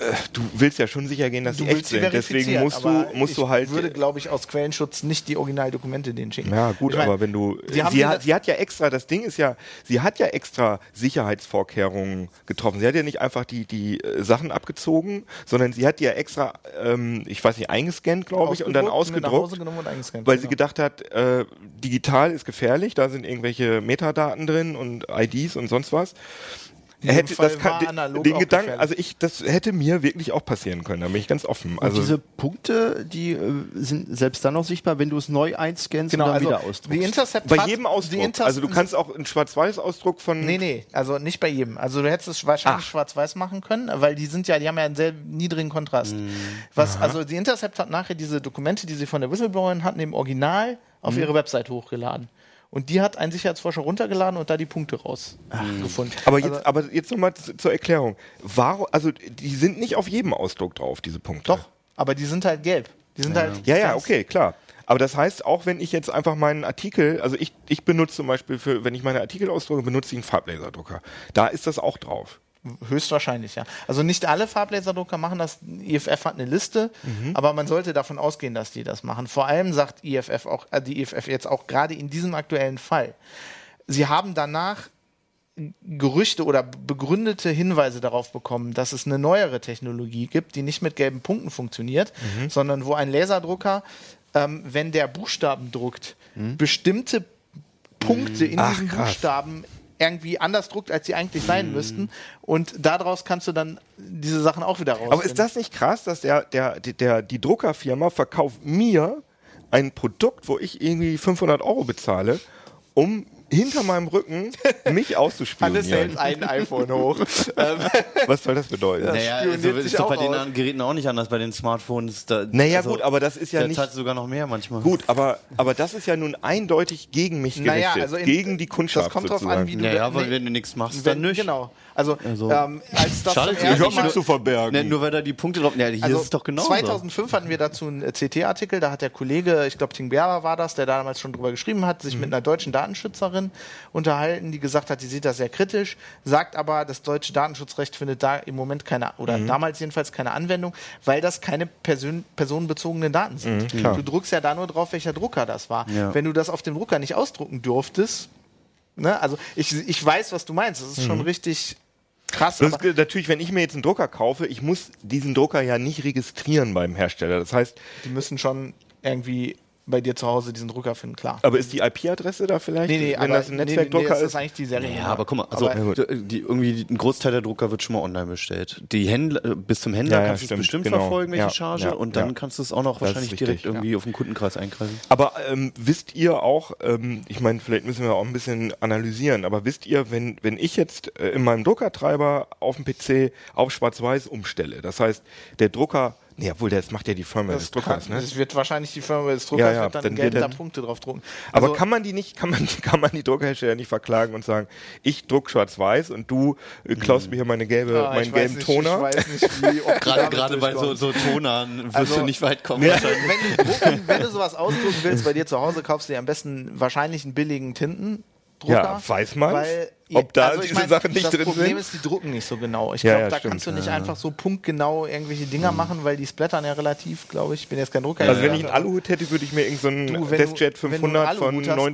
äh, du willst ja schon sicher gehen, dass die echt willst sie sind. Deswegen verifizieren, musst du, aber musst ich du halt. würde, glaube ich, aus Quellenschutz nicht die Originaldokumente denen schicken. ja, gut, ich mein, aber wenn du. die haben sie, den- hat, sie hat ja extra, das Ding ist ja, sie hat ja extra Sicherheitsvorkehrungen getroffen. Sie hat ja nicht einfach die, die äh, Sachen abgezogen, sondern sie hat die ja extra, ähm, ich weiß nicht, eingescannt, glaube ich, und dann ausgedruckt, mit nach ausgedruckt. Hause genommen und eingescannt, Weil sie genau. gedacht hat, äh, digital ist gefährlich, da sind irgendwelche Metadaten drin und IDs und sonst was. dem Hätte, Fall das kann, war den, analog den auch Gedanken, gefährlich. also ich, das hätte mir wirklich auch passieren können, da bin ich ganz offen. Also und diese Punkte, die äh, sind selbst dann noch sichtbar, wenn du es neu einscannst genau, und dann also wieder Die ausdruckst. Intercept bei hat- jedem die Ausdruck. Inter- Also du kannst auch einen Schwarz-Weiß-Ausdruck von. Nee, nee, also nicht bei jedem. Also du hättest es wahrscheinlich Ach. schwarz-weiß machen können, weil die sind ja, die haben ja einen sehr niedrigen Kontrast. Mhm. Was, also die Intercept hat nachher diese Dokumente, die sie von der Whistleblowerin hatten, im Original auf Mhm. ihre Website hochgeladen. Und die hat ein Sicherheitsforscher runtergeladen und da die Punkte rausgefunden. Also Aber jetzt, aber jetzt nochmal zur Erklärung. Warum, also die sind nicht auf jedem Ausdruck drauf, diese Punkte. Doch, aber die sind halt gelb. Die sind halt Ja, ja, ganz- okay, klar. Aber das heißt, auch wenn ich jetzt einfach meinen Artikel, also ich, ich benutze zum Beispiel für, wenn ich meine Artikel ausdrucke, benutze ich einen Farblaserdrucker. Da ist das auch drauf. Höchstwahrscheinlich, ja. Also nicht alle Farblaserdrucker machen das. IFF hat eine Liste, Mhm. aber man sollte davon ausgehen, dass die das machen. Vor allem sagt IFF auch, äh, die IFF jetzt auch gerade in diesem aktuellen Fall. Sie haben danach Gerüchte oder begründete Hinweise darauf bekommen, dass es eine neuere Technologie gibt, die nicht mit gelben Punkten funktioniert, Mhm. sondern wo ein Laserdrucker, ähm, wenn der Buchstaben druckt, bestimmte Punkte in Mhm. Ach, diesen krass. Buchstaben irgendwie anders druckt, als sie eigentlich sein müssten. Und daraus kannst du dann diese Sachen auch wieder raus. Aber ist das nicht krass, dass der, der, der, die Druckerfirma verkauft mir ein Produkt, wo ich irgendwie 500 Euro bezahle, um hinter *laughs* meinem Rücken mich Hannes hält auszuspionieren? ein iPhone hoch. *laughs* Was soll das bedeuten? Naja, spioniert also, sich ist doch bei auch den aus. anderen Geräten auch nicht anders, bei den Smartphones. Da, Naja, also, gut, aber das ist ja da nicht. zahlst du sogar noch mehr manchmal. Gut, aber, aber das ist ja nun eindeutig gegen mich gerichtet. Naja, also in- gegen die Kundschaft. das kommt drauf sozusagen. an, wie du- Naja, weil Nee. wenn du nichts machst, Wenn, dann nicht. Genau. Also, Also- ähm, als das Schade, zum ich ersten hab mich Mal- Ne, zu verbergen. Nee, Ne, nur weil da die Punkte drauf. Ja, hier Also ist es doch genauso. 2005 Also hatten wir dazu einen äh, CT-Artikel, da hat der Kollege, ich glaube Ting Berber war das, der damals schon drüber geschrieben hat, Mhm. sich mit einer deutschen Datenschützerin unterhalten, die gesagt hat, die sieht das sehr kritisch, sagt aber, das deutsche Datenschutzrecht findet da im Moment keine, oder Mhm. damals jedenfalls keine Anwendung, weil das keine persön personenbezogenen Daten sind. du druckst ja da nur drauf, welcher Drucker das war. Mhm, Ja. Wenn du das auf dem Drucker nicht ausdrucken durftest, ne, also ich, ich weiß, was du meinst, das ist Mhm. schon richtig krass. Das aber- ist natürlich, wenn ich mir jetzt einen Drucker kaufe, ich muss diesen Drucker ja nicht registrieren beim Hersteller. Das heißt, die müssen schon irgendwie bei dir zu Hause diesen Drucker finden, klar. aber ist die IP-Adresse da vielleicht? Nee, nee, Äh, wenn aber das ein Netzwerkdrucker das ist. eigentlich die Serie. Ja, aber guck mal, also äh, Aber- d- die, irgendwie ein Großteil der Drucker wird schon mal online bestellt. Die Händler, äh, bis zum Händler Ja, ja, kannst du stimmt, es bestimmt genau. verfolgen, welche Ja, Charge, ja, und dann ja. kannst du es auch noch Das ist wahrscheinlich richtig, direkt ja. irgendwie auf den Kundenkreis eingreifen. Aber ähm, wisst ihr auch, ähm, ich meine, vielleicht müssen wir auch ein bisschen analysieren, aber wisst ihr, wenn, wenn ich jetzt äh, in meinem Druckertreiber auf dem PC auf Schwarz-Weiß umstelle, das heißt, der Drucker Nee, obwohl, das macht ja die Firma des Druckers, kann, ne? das wird wahrscheinlich die Firma des Druckers Ja, ja, wird dann, dann Geld wird da dann- Punkte drauf drucken. Also, Aber kann man die nicht, kann man, kann man die Druckerhersteller nicht verklagen und sagen, ich druck schwarz-weiß und du äh, klaust mir hier meine gelbe, Ah, meinen ich weiß gelben nicht, Toner? Ich weiß nicht, wie Gerade, ob du damit gerade bei so, durchkommst. so Tonern wirst Also- du nicht weit kommen. wahrscheinlich. wenn, du drucken, *laughs* wenn du sowas ausdrucken willst bei dir zu Hause, kaufst du dir am besten wahrscheinlich einen billigen Tintendrucker. Ja, weiß man's? weil- also Ob da ich diese Sachen nicht das drin Problem sind? ist, die drucken nicht so genau. Ich Ja, glaube, ja, da stimmt. kannst du nicht Ja, ja. einfach so punktgenau irgendwelche Dinger machen, weil die splattern ja relativ, glaube ich. Ich bin jetzt kein Drucker. Also wenn ich einen Aluhut hätte, würde ich mir irgendeinen so Du, einen wenn du- Deskjet wenn du einen 500 von Aluhut hast, kaufst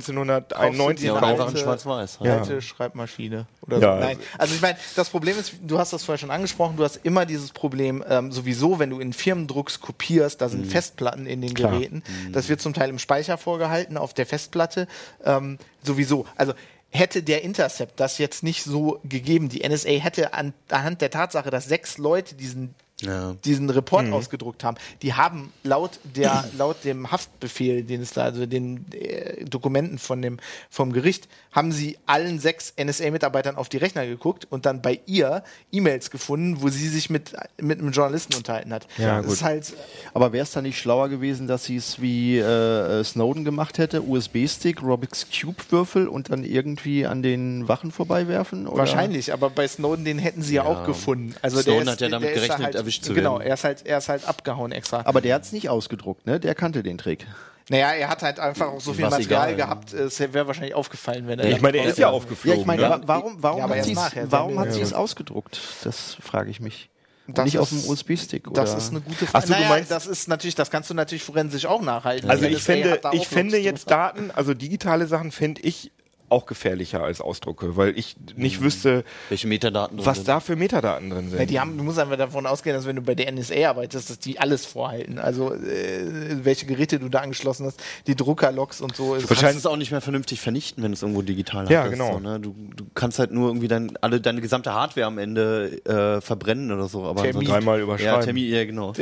du 1991 dir Ja, eine und kaufen. einfach in schwarz-weiß. halt. alte Schreibmaschine oder Ja, so. Nein. Also ich meine, das Problem ist, du hast das vorher schon angesprochen, du hast immer dieses Problem, ähm, sowieso, wenn du in Firmen druckst, kopierst, da sind Festplatten in den Geräten. Das wird zum Teil im Speicher vorgehalten, auf der Festplatte. Ähm, sowieso. Also hätte der Intercept das jetzt nicht so gegeben, die NSA hätte an, anhand der Tatsache, dass sechs Leute diesen Ja. diesen Report ausgedruckt haben, die haben laut der laut dem Haftbefehl, den es da also den äh, Dokumenten von dem vom Gericht, haben sie allen sechs NSA Mitarbeitern auf die Rechner geguckt und dann bei ihr E-Mails gefunden, wo sie sich mit mit einem Journalisten unterhalten hat. Ja, das gut. ist halt Aber wäre es dann nicht schlauer gewesen, dass sie es wie äh, äh, Snowden gemacht hätte, USB-Stick, Rubik's Cube-Würfel und dann irgendwie an den Wachen vorbeiwerfen? Oder? wahrscheinlich, aber bei Snowden den hätten sie ja, auch gefunden. Also Snowden der ist, hat ja damit der ist da gerechnet, halt, erwischt zu Genau, werden. er ist halt er ist halt abgehauen extra. Aber der hat es nicht ausgedruckt, ne? Der kannte den Trick. naja, er hat halt einfach auch so viel War's Material egal, ja. gehabt, es wäre wahrscheinlich aufgefallen, wenn er Ich meine, er ist ja aufgeflogen. ne? wa- warum, warum Ja, aber erst nachher, dann- sie es ausgedruckt? Das frage ich mich. Und Das nicht auf ist- dem USB-Stick, oder? Das ist eine gute Ach Frage. so, du meinst- das ist natürlich, das kannst du natürlich forensisch auch nachhalten. Also Die ich NSA fände, hat da ich auch fände Lust jetzt drauf. Daten, also digitale Sachen fände ich auch gefährlicher als Ausdrucke, weil ich nicht wüsste, Welche Metadaten drin was sind. da für Metadaten drin Ja, sind. die haben, du musst einfach davon ausgehen, dass wenn du bei der NSA arbeitest, dass die alles vorhalten. Also äh, welche Geräte du da angeschlossen hast, die Druckerlogs und so. Ist Du *laughs* kannst es auch nicht mehr vernünftig vernichten, wenn du es irgendwo digital Ja, hattest, genau. So, ne? du, du kannst halt nur irgendwie dein, alle, deine gesamte Hardware am Ende äh, verbrennen oder so. Aber Termin. ansonsten- Dreimal Ja, überschreiben. Termin, ja, genau.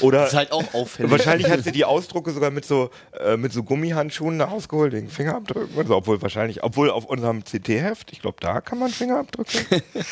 Oder Das ist halt auch auffällig. wahrscheinlich hat sie die Ausdrucke sogar mit so, äh, mit so Gummihandschuhen rausgeholt, wegen Fingerabdrücken und so, obwohl wahrscheinlich, obwohl auf unserem CT-Heft, ich glaube, da kann man Fingerabdrücke. *laughs*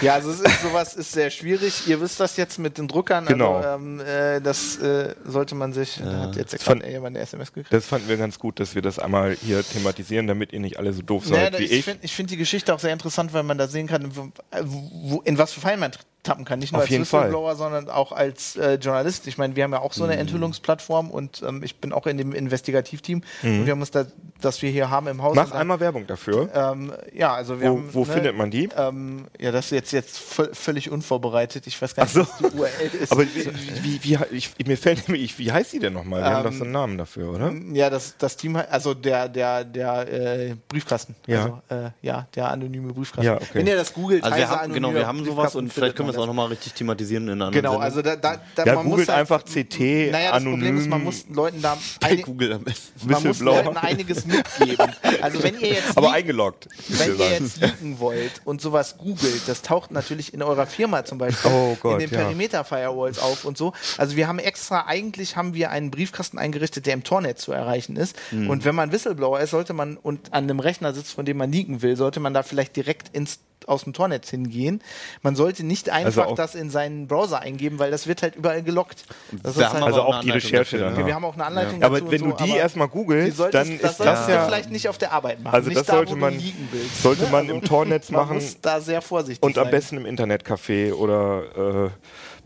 ja, also es ist sowas ist sehr schwierig. Ihr wisst das jetzt mit den Druckern. Genau. Äh, Also, ähm, äh, das äh, sollte man sich. Da hat jetzt extra Von- jemand eine SMS gekriegt. Das fanden wir ganz gut, dass wir das einmal hier thematisieren, damit ihr nicht alle so doof Naja, seid da- wie ich ich. finde find die Geschichte auch sehr interessant, weil man da sehen kann, wo, wo, in was für Fallen man tappen kann. Nicht nur Auf als jeden Fall. Mhm. Whistleblower, sondern auch als äh, Journalist. Ich meine, wir haben ja auch so eine Enthüllungsplattform und ähm, ich bin auch in dem Investigativteam. Und wir haben uns da, das wir hier haben im Haus. Mhm. Mach und dann, einmal Werbung dafür. Ähm, ja, also wir Wo, haben. wo ne, findet man die? Ähm, ja, das ist jetzt, jetzt völ- völlig unvorbereitet. Ich weiß gar nicht, so. was die *laughs* URL ist. Aber wie, wie, wie, ich, mir fällt nämlich, wie heißt die denn nochmal? Wir haben doch Ähm, so einen Namen dafür, oder? ja, das, das Team, hat- also der, der, der äh, Briefkasten. Ja. Also, äh, ja, der anonyme Briefkasten. Ja, okay. Wenn ihr das googelt, also wir Heiser haben, genau, anonymer wir haben sowas Briefkasten, und vielleicht findet können wir man es auch nochmal richtig thematisieren in einer anderen Genau, Sendung. also da, da, da Ja, man muss googelt halt, einfach CT Naja, das anonym. Problem ist, man muss Leuten da bei einig- Google *laughs* am besten. man muss Whistleblower. Leuten einiges mitgeben. Also wenn ihr jetzt *laughs* aber lieb- eingeloggt. wenn ihr jetzt liegen wollt und sowas googelt, das taucht natürlich in eurer Firma zum Beispiel Oh Gott, in den ja. Perimeter-Firewalls auf und so. Also wir haben extra, eigentlich haben wir einen Briefkasten eingerichtet, der im Tornet zu erreichen ist. Hm. Und wenn man Whistleblower ist, sollte man und an einem Rechner sitzt, von dem man liegen will, sollte man da vielleicht direkt ins aus dem Tornet hingehen. Man sollte nicht einfach Also auch- das in seinen Browser eingeben, weil das wird halt überall gelockt. Das Wir ist haben halt, aber also eine auch die Anleitung Recherche dafür, danach. ne? wir haben auch eine Anleitung aber dazu und wenn so, du die aber erstmal die googelst, solltest, dann ist das das, solltest du ja, vielleicht nicht auf der Arbeit machen. Also nicht das da, sollte wo man- du liegen willst. sollte ne? man im Tornetz Man machen muss da sehr vorsichtig und am sein. besten im Internetcafé oder äh,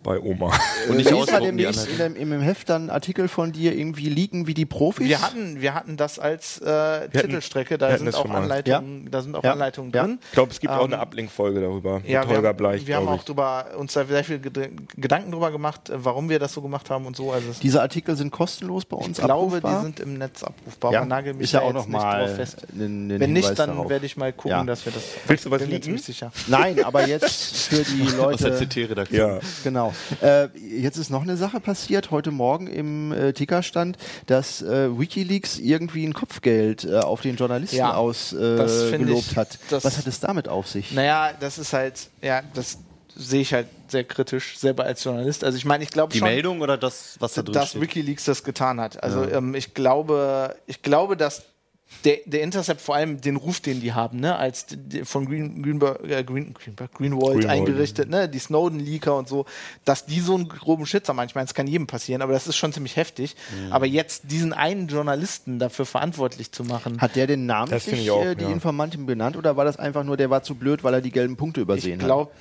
bei Oma. Und nicht Lies mal ausdrucken, die demnächst anderen. in dem, in dem Heft dann einen Artikel von dir irgendwie liegen wie die Profis. Wir hatten, wir hatten das als äh, Titelstrecke, da hatten sind, das auch schon mal. Anleitungen, da sind auch Ja. Anleitungen Ja. drin. Ich glaube, es gibt auch eine Ablink-Folge darüber. mit wir Holger haben, Bleich, wir haben glaub auch drüber, uns da sehr viel Ged- Gedanken drüber gemacht, äh, warum wir das so gemacht haben und so. Also es- Diese Artikel sind kostenlos bei uns ich glaube, abrufbar. die sind im Netz abrufbar. ja, Man nagelt mich ist ja da auch jetzt noch nicht drauf mal fest. ein- ein Wenn nicht, Hinweis dann darauf. werde ich mal gucken, Ja. dass wir das. Willst du was bin mir liegen? ziemlich sicher. Nein, aber *laughs* jetzt für die Aus der Leute. CT-Redaktion. Ja. Genau. Äh, jetzt ist noch eine Sache passiert. Heute Morgen im äh, Ticker stand, dass äh, WikiLeaks irgendwie ein Kopfgeld äh, auf den Journalisten Ja, das ausgelobt äh, find gelobt ich- hat. das- Was hat es damit auf sich? Naja, das ist halt, ja, das sehe ich halt sehr kritisch, selber als Journalist. Also ich meine, ich glaube Die schon, Meldung oder das, was da drin dass steht? WikiLeaks das getan hat. Also ähm, ich glaube, ich glaube, dass der, der Intercept vor allem den Ruf, den die haben, ne, als d- d- von Green, Greenberg, äh, Green, Greenberg, Greenwald, Greenwald, eingerichtet, ne, die Snowden-Leaker und so, dass die so einen groben Schitzer manchmal, das kann jedem passieren, aber das ist schon ziemlich heftig. Mhm. Aber jetzt diesen einen Journalisten dafür verantwortlich zu machen, Hat der denn finde namentlich ich auch, äh, die ja. Informanten benannt oder war das einfach nur, der war zu blöd, weil er die gelben Punkte übersehen ich glaube,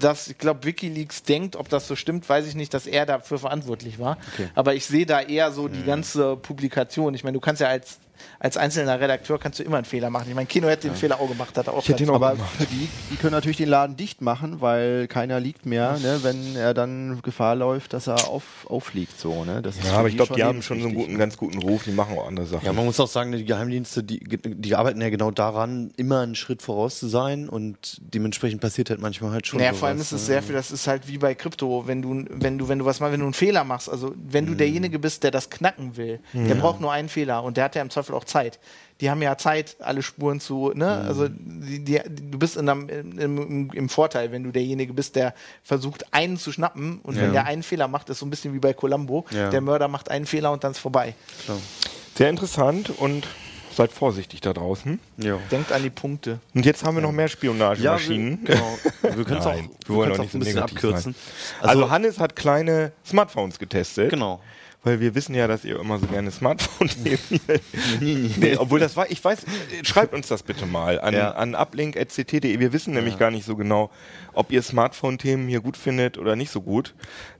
dass ich glaube, WikiLeaks denkt, ob das so stimmt, weiß ich nicht, dass er dafür verantwortlich war. Aber ich sehe da eher so die ganze Publikation. Ich meine, du kannst ja als als einzelner Redakteur kannst du immer einen Fehler machen. Ich meine, Kino hätte den Fehler auch gemacht, hat er auch. Ich hätte ihn hat? auch Aber gemacht. für die, die können natürlich den Laden dicht machen, weil keiner liegt mehr, ne, wenn er dann Gefahr läuft, dass er auf, aufliegt. So, ne? das ist Ja, für aber ich glaube, die haben schon so einen lebensswichtig. guten, ganz guten Ruf, die machen auch andere Sachen. Ja, man muss auch sagen, die Geheimdienste, die, die arbeiten ja genau daran, immer einen Schritt voraus zu sein und dementsprechend passiert halt manchmal halt schon. Naja, sowas, vor allem ist es ne? sehr viel, das ist halt wie bei Krypto, wenn du, wenn du, wenn du was mal, wenn du einen Fehler machst, also wenn Mhm. du derjenige bist, der das knacken will, der braucht nur einen Fehler und der hat ja im Zweifel auch Zeit. Die haben ja Zeit, alle Spuren zu, ne? Mhm. Also die, die, du bist in einem, im, im, im Vorteil, wenn du derjenige bist, der versucht, einen zu schnappen und wenn der einen Fehler macht, ist so ein bisschen wie bei Columbo, Ja. der Mörder macht einen Fehler und dann ist vorbei. Sehr interessant und seid vorsichtig da draußen. Ja. Denkt an die Punkte. Und jetzt haben wir noch mehr Ja, wir, Spionagemaschinen. genau. wir können es auch, Nein, wir wir wollen können's auch auch nicht ein so bisschen negativ sein. abkürzen. Also, Hannes hat kleine Smartphones getestet. genau. Weil wir wissen ja, dass ihr immer so gerne *laughs* Smartphone nehmt. nee, obwohl das war, ich weiß, äh, schreibt uns das bitte mal an, Ja. an uplink.ct.de. e. Wir wissen nämlich gar nicht so genau, ob ihr Smartphone-Themen hier gut findet oder nicht so gut.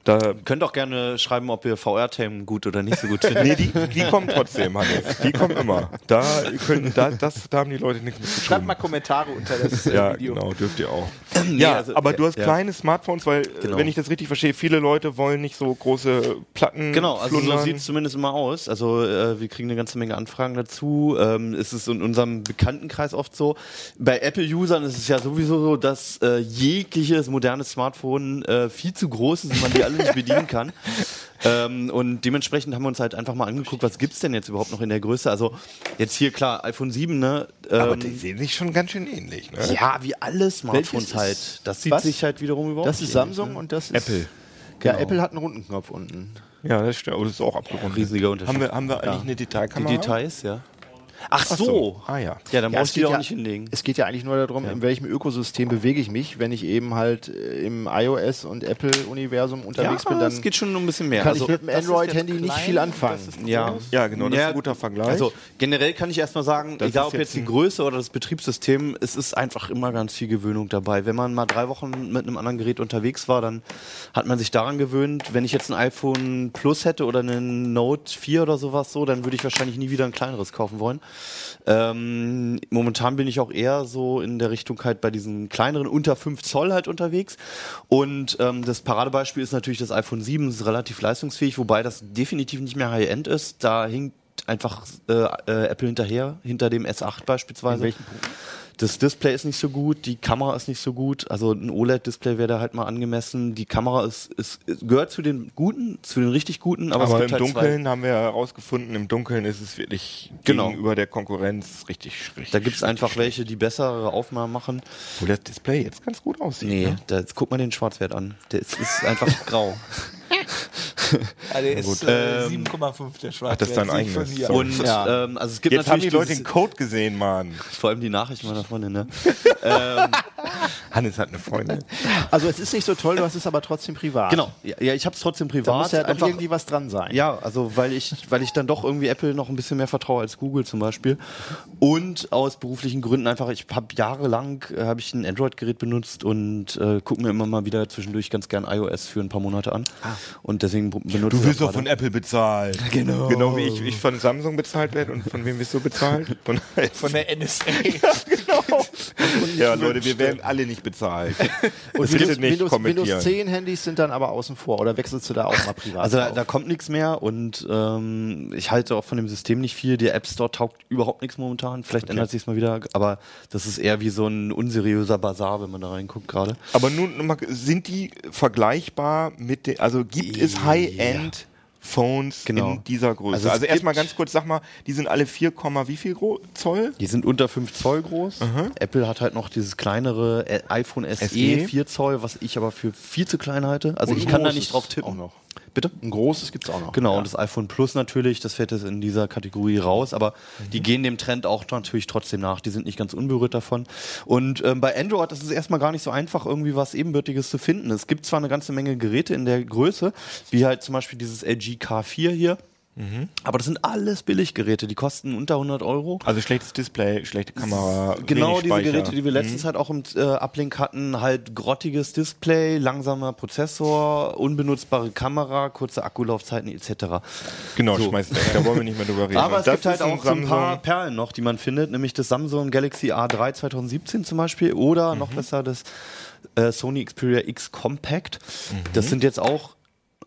Da, Könnt auch gerne schreiben, ob ihr VR-Themen gut oder nicht so gut findet. nee, die, die kommen trotzdem, Hannes. Die kommen immer. Da, können, da, das, da haben die Leute nichts mit zu Schreibt tun. mal Kommentare unter das äh, Ja, Video. genau, dürft ihr auch. Nee, Ja, also- aber du hast ja. kleine Smartphones, weil, äh, Genau. wenn ich das richtig verstehe, viele Leute wollen nicht so große Hm, Platten. Genau, also so flundern. sieht es zumindest immer aus. Also äh, wir kriegen eine ganze Menge Anfragen dazu. Ähm, es ist in unserem Bekanntenkreis oft so. Bei Apple-Usern ist es ja sowieso so, dass äh, jegliches moderne Smartphone äh, viel zu groß ist und man die alle nicht bedienen kann. *laughs* Ähm, und dementsprechend haben wir uns halt einfach mal angeguckt, was gibt's denn jetzt überhaupt noch in der Größe? Also jetzt hier klar, iPhone 7, ne? Ähm, Aber die sehen sich schon ganz schön ähnlich, ne? ja, wie alle Smartphones Welches halt. ist- Das sieht was? sich halt wiederum überhaupt Das ist nicht. Samsung und das ist Apple. ne? Genau. Ja, Apple hat einen runden Knopf unten. Ja, das stimmt. Aber das ist auch abgerundet. riesiger Unterschied. Haben wir, haben wir eigentlich Ja. eine Die Detailkamera? Details, ja. Ach so. so. Ah, ja. Ja, dann Ja, brauchst du es die geht auch ja- nicht hinlegen. Es geht ja eigentlich nur darum, in welchem Ökosystem bewege ich mich, wenn ich eben halt äh, im iOS und Apple-Universum unterwegs bin, dann es geht schon um ein bisschen mehr. kann Also, ich mit dem das ist Android-Handy jetzt nicht klein viel und das anfangen. ist ja. Ja, genau, das ist ein guter Vergleich. Also generell kann ich erstmal sagen, Das egal ob ist jetzt jetzt die ein- Größe oder das Betriebssystem, es ist einfach immer ganz viel Gewöhnung dabei. Wenn man mal drei Wochen mit einem anderen Gerät unterwegs war, dann hat man sich daran gewöhnt. Wenn ich jetzt ein iPhone Plus hätte oder einen Note 4 oder sowas so, dann würde ich wahrscheinlich nie wieder ein kleineres kaufen wollen. Ähm, momentan bin ich auch eher so in der Richtung halt bei diesen kleineren unter 5 Zoll halt unterwegs. Und ähm, das Paradebeispiel ist natürlich das iPhone 7, das ist relativ leistungsfähig, wobei das definitiv nicht mehr High-End ist. Da hinkt einfach äh, äh, Apple hinterher, hinter dem S8 beispielsweise. Das Display ist nicht so gut, die Kamera ist nicht so gut. Also ein OLED-Display wäre da halt mal angemessen. Die Kamera ist, ist, ist gehört zu den guten, zu den richtig guten, aber, Aber, es im gibt halt zwei. Dunkeln haben wir herausgefunden, im Dunkeln ist es wirklich Genau. gegenüber der Konkurrenz richtig schräg. Da gibt es einfach welche, die bessere Aufnahmen machen. Wo das Display jetzt ganz gut aussieht. Nee, Ne? da, jetzt guck mal den Schwarzwert an. Der ist, ist *laughs* einfach grau. Also der ist äh, 7,5 der Schwarz. Ähm, das ist dein eigenes. Sorry. Und Ja. ähm, also es gibt Jetzt haben die natürlich Leute den dieses- Code gesehen, Mann. vor allem die Nachricht meiner Freundin, ne? Hannes hat *laughs* eine Freundin. Also es ist nicht so toll, du hast es aber trotzdem privat. Genau. Ja, ja ich habe es trotzdem Da privat. muss ja doch einfach, irgendwie was dran sein. halt ja, also weil ich, weil ich dann doch irgendwie Apple noch ein bisschen mehr vertraue als Google zum Beispiel. Und aus beruflichen Gründen einfach, ich habe jahrelang äh, habe ich ein Android-Gerät benutzt und äh, gucke mir immer mal wieder zwischendurch ganz gern iOS für ein paar Monate an. Und deswegen bu- benutze Du ich wirst auch doch von gerade- Apple *laughs* bezahlt. Genau. Genau wie ich, ich von Samsung bezahlt werde und von wem wirst *laughs* du bezahlt? Von, genau. Von der *laughs* NSA. ja, Leute, wir werden alle nicht bezahlt. Und bitte Windows, nicht Windows, kommentieren. Windows 10 Handys sind dann aber außen vor oder wechselst du da auch mal privat? Also da, drauf? da kommt nichts mehr und ähm, ich halte auch von dem System nicht viel. Der App Store taugt überhaupt nichts momentan. Vielleicht ändert sich es mal wieder, aber das ist eher wie so ein unseriöser Bazar, wenn man da reinguckt gerade. Aber nun, noch mal, sind die vergleichbar mit den, also gibt es High-End Phones Genau. in dieser Größe? Also Also, es also erstmal gibt- ganz kurz, sag mal, die sind alle 4, Komma wie viel Gro Zoll? Die sind unter 5 Zoll groß. Apple hat halt noch dieses kleinere äh, iPhone SE, SE. 4 Zoll, was ich aber für viel zu klein halte. Also E? Und ich kann da groß nicht ist drauf Auch tippen. noch. Bitte? Ein großes gibt es auch noch. Genau, und das iPhone Plus natürlich, das fällt jetzt in dieser Kategorie raus, aber Mhm. die gehen dem Trend auch natürlich trotzdem nach. Die sind nicht ganz unberührt davon. Und ähm, bei Android ist es erstmal gar nicht so einfach, irgendwie was Ebenbürtiges zu finden. Es gibt zwar eine ganze Menge Geräte in der Größe, wie halt zum Beispiel dieses LG K4 hier. Mhm. Aber das sind alles Billiggeräte, die kosten unter 100 Euro. Also schlechtes Display, schlechte Kamera. Genau wenig diese Speicher. Mhm. Geräte, die wir letztens halt auch im äh, Uplink hatten, halt grottiges Display, langsamer Prozessor, unbenutzbare Kamera, kurze Akkulaufzeiten etc. Genau, So. schmeißt weg. Da wollen wir nicht mehr drüber reden. Aber es Das gibt halt ist ein auch so ein paar Samsung- Perlen noch, die man findet, nämlich das Samsung Galaxy A3 2017 zum Beispiel oder Mhm. noch besser das äh, Sony Xperia X Compact. Mhm. Das sind jetzt auch,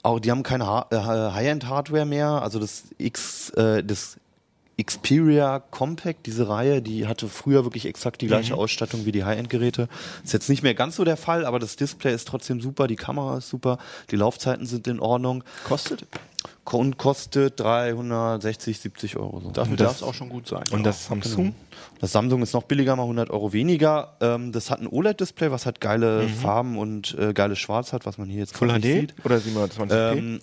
auch die haben keine Ha- äh, High-End-Hardware mehr, also das X, äh, das Xperia Compact, diese Reihe, die hatte früher wirklich exakt die gleiche Ausstattung wie die High-End-Geräte. Ist jetzt nicht mehr ganz so der Fall, aber das Display ist trotzdem super, die Kamera ist super, die Laufzeiten sind in Ordnung. Kostet? Und kostet 360, 70 Euro. So. Dafür das- darf es auch schon gut sein. Und das Genau. Samsung? Das Samsung ist noch billiger, mal 100 Euro weniger. Ähm, das hat ein OLED-Display, was halt geile Farben und äh, geiles Schwarz hat, was man hier jetzt Full gerade HD? nicht sieht. Oder Oh, 720p? Ähm,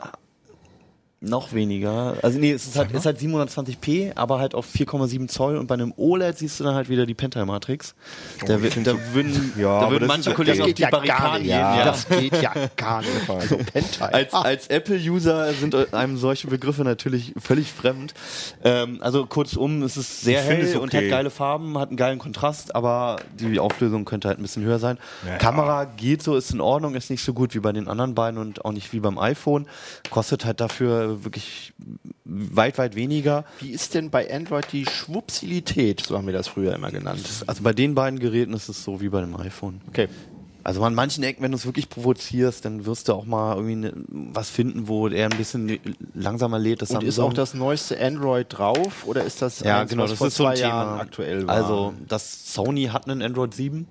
noch weniger. Also nee, es ist halt, ist halt 720p, aber halt auf 4,7 Zoll und bei einem OLED siehst du dann halt wieder die Pentile-Matrix. Da, Oh, ich wi- find da so- würden, Ja, da aber würden das manche ist- Kollegen das auf geht die Barrikaden gehen. Ja. Das geht ja gar nicht. Also Pentile. Als, als Apple-User sind äh, einem solche Begriffe natürlich völlig fremd. Ähm, also kurzum, es ist sehr Ich hell finde es und okay. hat geile Farben, hat einen geilen Kontrast, aber die Auflösung könnte halt ein bisschen höher sein. Kamera geht so, ist in Ordnung, ist nicht so gut wie bei den anderen beiden und auch nicht wie beim iPhone. Kostet halt dafür wirklich weit, weit weniger. Wie ist denn bei Android die Schwupsilität? So haben wir das früher immer genannt. Also bei den beiden Geräten ist es so wie bei dem iPhone. Okay. Also an manchen Ecken, wenn du es wirklich provozierst, dann wirst du auch mal irgendwie ne, was finden, wo er ein bisschen langsamer lädt. Das Und ist Samsung- auch das neueste Android drauf oder ist das Ja, eins, genau, was das vor ist so ein zwei Thema. Jahren aktuell war? Also, das Sony hat einen Android 7,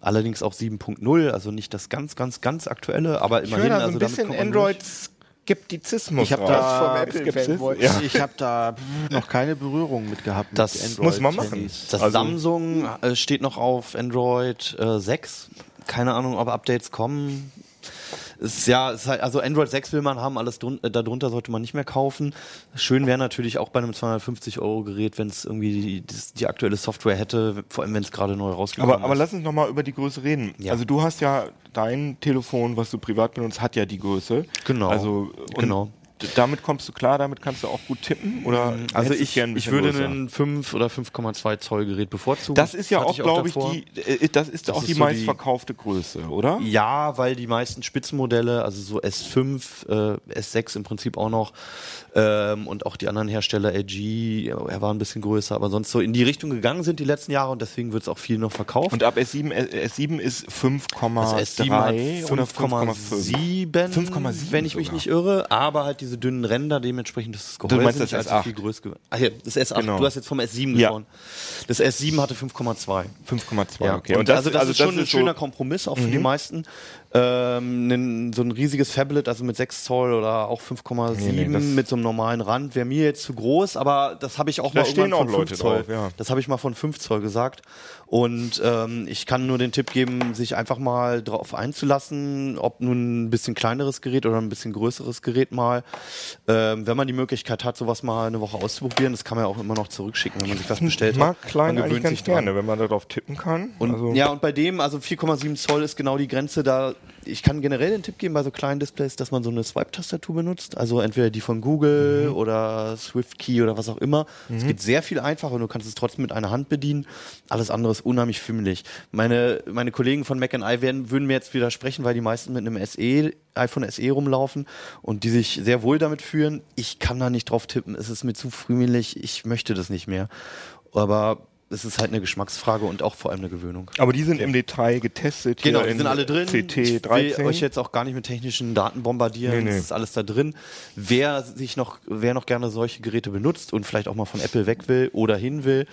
allerdings auch 7.0, also nicht das ganz, ganz, ganz aktuelle, aber ich immerhin. höre da so also ein damit bisschen kommt man Android-Skeptizismus ich habe raus. da, Das ist vom Apple-Fan wollte. ja. Ich hab da noch keine Berührung mit gehabt. Das mit Android muss man machen. durch. Handys. Das Also- Samsung äh, steht noch auf Android äh, 6. Keine Ahnung, ob Updates kommen. Ist ja, ist halt, also Android 6 will man haben, alles drun äh, darunter sollte man nicht mehr kaufen. Schön wäre natürlich auch bei einem 250-Euro-Gerät, wenn es irgendwie die, die, die aktuelle Software hätte, vor allem wenn es gerade neu rausgekommen Aber, aber lass uns nochmal über die Größe reden. Ja. Also du hast ja dein Telefon, was du privat benutzt, hat ja die Größe. Genau. Also und Genau. d- damit kommst du klar, damit kannst du auch gut tippen oder Also hättest du ich, gern ein ich bisschen würde größer? ein 5 oder 5,2 Zoll Gerät bevorzugen. das ist ja Hatte auch, glaube ich, davor. die äh, das ist Das auch ist die so die- meistverkaufte Größe, oder? Ja, weil die meisten Spitzenmodelle, also so S5, äh, S6 im Prinzip auch noch ähm, und auch die anderen Hersteller, LG, er war ein bisschen größer, aber sonst so in die Richtung gegangen sind die letzten Jahre und deswegen wird es auch viel noch verkauft. Und ab S7 äh, S7 ist 5,3 S7 oder Also hat 5,5. 5,7, 5,7 wenn ich mich sogar. nicht irre, aber halt diese dünnen Ränder, dementsprechend ist das Gehäuse meinst das nicht allzu S8? viel größer geworden. Ach ja, das S8, Genau. du hast jetzt vom S7 Ja. gesprochen. Das S7 hatte 5,2. 5,2, Ja, okay. Und das- also das ist schon ein so- Mhm. schöner Kompromiss, auch für die meisten. Ähm, nen- so ein riesiges Fablet, also mit 6 Zoll oder auch 5,7 Nee, nee, das- mit so einem normalen Rand, wäre mir jetzt zu groß, aber das habe ich auch Da mal stehen irgendwann auch von 5 Leute Zoll. drauf, ja. Das habe ich mal von 5 Zoll gesagt. Und ähm, ich kann nur den Tipp geben, sich einfach mal drauf einzulassen, ob nun ein bisschen kleineres Gerät oder ein bisschen größeres Gerät mal. Ähm, wenn man die Möglichkeit hat, sowas mal eine Woche auszuprobieren, das kann man ja auch immer noch zurückschicken, wenn man sich was bestellt Ich mag hat. klein Man eigentlich gewöhnt ganz sich dran. gerne, wenn man darauf tippen kann. Und, also, ja, und bei dem, also 4,7 Zoll ist genau die Grenze. Da ich kann generell den Tipp geben bei so kleinen Displays, dass man so eine Swipe-Tastatur benutzt. Also entweder die von Google oder SwiftKey oder was auch immer. Es geht sehr viel einfacher und du kannst es trotzdem mit einer Hand bedienen. Alles andere ist unheimlich fümmelig. Meine, meine Kollegen von Mac and I werden, würden mir jetzt widersprechen, weil die meisten mit einem SE, iPhone SE rumlaufen und die sich sehr wohl damit fühlen. Ich kann da nicht drauf tippen. Es ist mir zu frühmelig. Ich möchte das nicht mehr. Aber es ist halt eine Geschmacksfrage und auch vor allem eine Gewöhnung. aber die sind im Detail getestet. Genau, hier die in sind alle drin. CT ich 13. will euch jetzt auch gar nicht mit technischen Daten bombardieren. Nee, nee. Das ist alles da drin. Wer sich noch, wer noch gerne solche Geräte benutzt und vielleicht auch mal von Apple weg will oder hin will,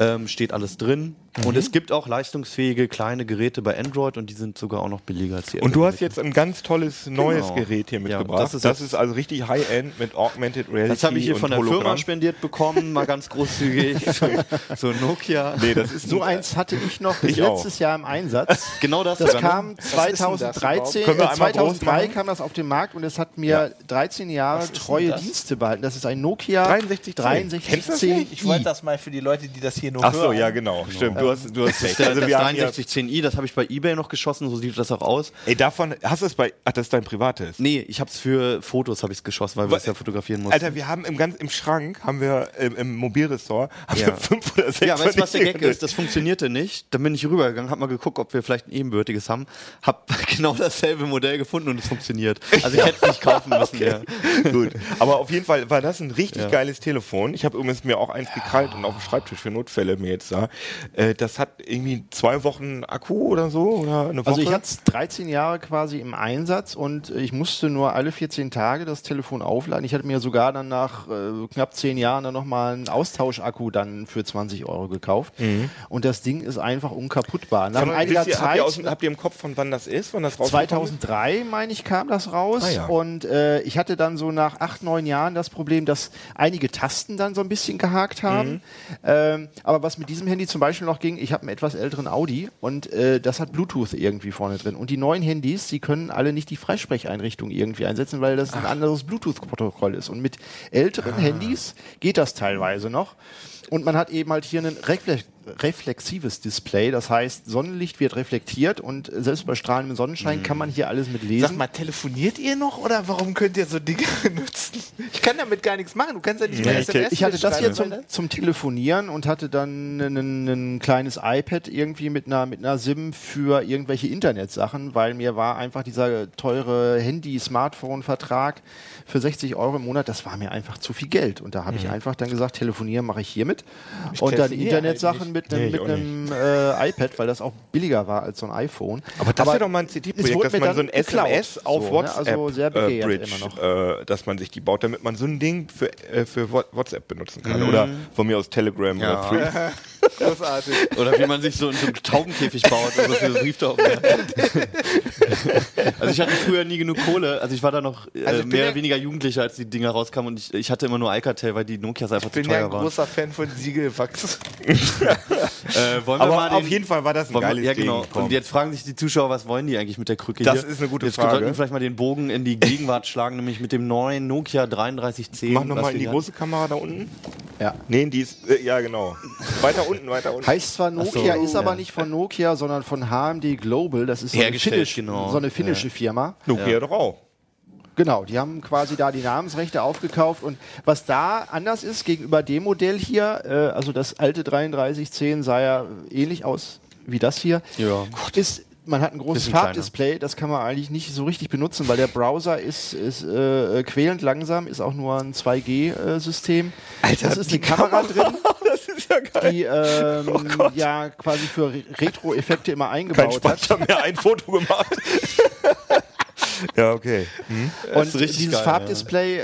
ähm, steht alles drin. Und Mhm. es gibt auch leistungsfähige kleine Geräte bei Android und die sind sogar auch noch billiger als die Und du hast Apple-Geräte. jetzt ein ganz tolles neues Genau. Gerät hier Ja, mitgebracht. das ist jetzt- also richtig High-End mit Augmented Reality. Das habe ich hier und von der Hologramm. *laughs* Firma spendiert bekommen, mal ganz großzügig. so, so ein Nokia. Nee, das ist so eins hatte ich noch bis Ich auch. letztes Jahr im Einsatz. Genau das Das dann, ne? kam ist denn das 2013, überhaupt? Können wir äh, einmal groß 2003 machen? kam das auf den Markt und es hat mir 13 Jahre denn treue das? Dienste behalten. Das ist ein Nokia 6310. Kennst du das 6310. nicht? Ich wollte das mal für die Leute, die das hier nur Ach so, hören. ja, genau. Stimmt. Du hast, du hast recht. Der, Also das wir haben ja, 6310i, das habe ich bei eBay noch geschossen, so sieht das auch aus. ey, davon hast du es bei. Ach, das ist dein privates. Nee, ich habe es für Fotos habe ich es geschossen, weil wir Was- es ja fotografieren mussten. Alter, wir haben im ganz im Schrank haben wir ähm, im Mobilressort haben Ja. wir fünf oder sechs. ja, weißt du, was der Gag verschiedene- ist? Das funktionierte nicht. Dann bin ich rübergegangen, hab mal geguckt, ob wir vielleicht ein ebenbürtiges haben. Hab *laughs* genau dasselbe Modell gefunden und es funktioniert. Also ich hätte es nicht *laughs* kaufen müssen. Ja. Gut. Aber auf jeden Fall war das ein richtig geiles Telefon. Ich habe übrigens mir auch eins gekrallt und auf dem Schreibtisch für Notfälle mir jetzt da. Äh, das hat irgendwie zwei Wochen Akku oder so oder eine Woche. Also ich hatte es 13 Jahre quasi im Einsatz und ich musste nur alle 14 Tage das Telefon aufladen. Ich hatte mir sogar dann nach äh, knapp 10 Jahren dann nochmal einen Austauschakku dann für 20 Euro gekauft. Mhm. Und das Ding ist einfach unkaputtbar. Nach Von- einiger wisst ihr, habt, Zeit... ihr aus, habt ihr im Kopf von wann das ist? Wann das rausgekommen ist? 2003, meine ich, kam das raus. Ah, ja. Und äh, ich hatte dann so nach acht, neun Jahren das Problem, dass einige Tasten dann so ein bisschen gehakt haben. Ähm, aber was mit diesem Handy zum Beispiel noch ging, ich habe einen etwas älteren Audi und äh, das hat Bluetooth irgendwie vorne drin. Und die neuen Handys, die können alle nicht die Freisprecheinrichtung irgendwie einsetzen, weil das ein anderes Bluetooth-Protokoll ist. Und mit älteren Handys geht das teilweise noch. Und man hat eben halt hier ein refle reflexives Display. Das heißt, Sonnenlicht wird reflektiert und äh, selbst bei strahlendem Sonnenschein kann man hier alles mit Sag lesen. mal, telefoniert ihr noch oder warum könnt ihr so Dinge *laughs* nutzen? Ich kann damit gar nichts machen. Du kannst ja nicht mehr Nee, ich- SMS Ich hatte das hier schreiben, zum, sondern- zum Telefonieren und hatte dann ein- ein ein kleines iPad irgendwie mit einer, mit einer SIM für irgendwelche Internetsachen, weil mir war einfach dieser teure Handy-Smartphone-Vertrag für 60 Euro im Monat, das war mir einfach zu viel Geld. Und da habe Mhm. ich einfach dann gesagt, telefonieren mache ich hiermit. und dann telefoniere halt Internetsachen mit einem, Nee, ich mit auch einem äh, iPad, weil das auch billiger war als so ein iPhone. Aber das wäre doch mal ein es wurde CD-Projekt, dass mir man dann so ein geklaut. SMS auf So, ne? WhatsApp Also sehr äh, begehrt Bridge, immer noch. Äh, dass man sich die baut, damit man so ein Ding für, äh, für What- WhatsApp benutzen kann. Oder von mir aus Telegram Ja. oder Threads. Großartig. Oder wie man sich so in so einen Taubenkäfig baut oder so für Brieftauben. also ich hatte früher nie genug Kohle. Also ich war da noch äh, Also ich bin mehr ja- oder weniger Jugendlicher, als die Dinger rauskamen und ich, ich hatte immer nur Alcatel, weil die Nokias einfach Ich zu bin ja teuer ein waren. großer Fan von Siegelwachs. Äh, wollen Aber mal auf den- jeden Fall war das ein wollen wir- geiles ja, genau. Ding. Komm. Und jetzt fragen sich die Zuschauer, was wollen die eigentlich mit der Krücke Das hier? ist eine gute jetzt Frage. Jetzt sollten wir vielleicht mal den Bogen in die Gegenwart schlagen, nämlich mit dem neuen Nokia 3310. Mach was nochmal in wir die hier- große Kamera da unten. Ja. Halt, Nee, die ist, äh, ja genau. Weiter unten, weiter unten. Heißt zwar Nokia, so. ist aber nicht von Nokia, sondern von HMD Global. Das ist so eine, Hergestellt, finnische- genau. so eine finnische Firma. Nokia doch auch. Genau, die haben quasi da die Namensrechte aufgekauft. Und was da anders ist gegenüber dem Modell hier, äh, also das alte 3310 sah ja ähnlich aus wie das hier, Ja. ist, man hat ein großes Bisschen kleiner. Farbdisplay, das kann man eigentlich nicht so richtig benutzen, weil der Browser ist, ist äh, quälend langsam, ist auch nur ein 2G-System. Alter, das ist eine Kamera drin. Das ist ja geil. die ähm, ja quasi für Re- Retro-Effekte immer Kein eingebaut hat. Spatz, haben mehr ein Foto gemacht. ja, okay. Und richtig dieses geil, Farbdisplay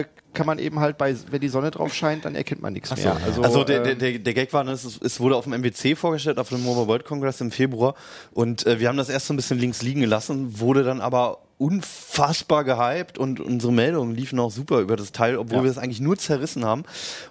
äh, kann man eben halt bei, wenn die Sonne drauf scheint, dann erkennt man nichts mehr. Also, also der, der, ähm, der, der Gag war, ne, es, es wurde auf dem MWC vorgestellt, auf dem Mobile World Congress im Februar. Und äh, wir haben das erst so ein bisschen links liegen gelassen, wurde dann aber unfassbar gehypt und unsere Meldungen liefen auch super über das Teil, obwohl wir es eigentlich nur zerrissen haben.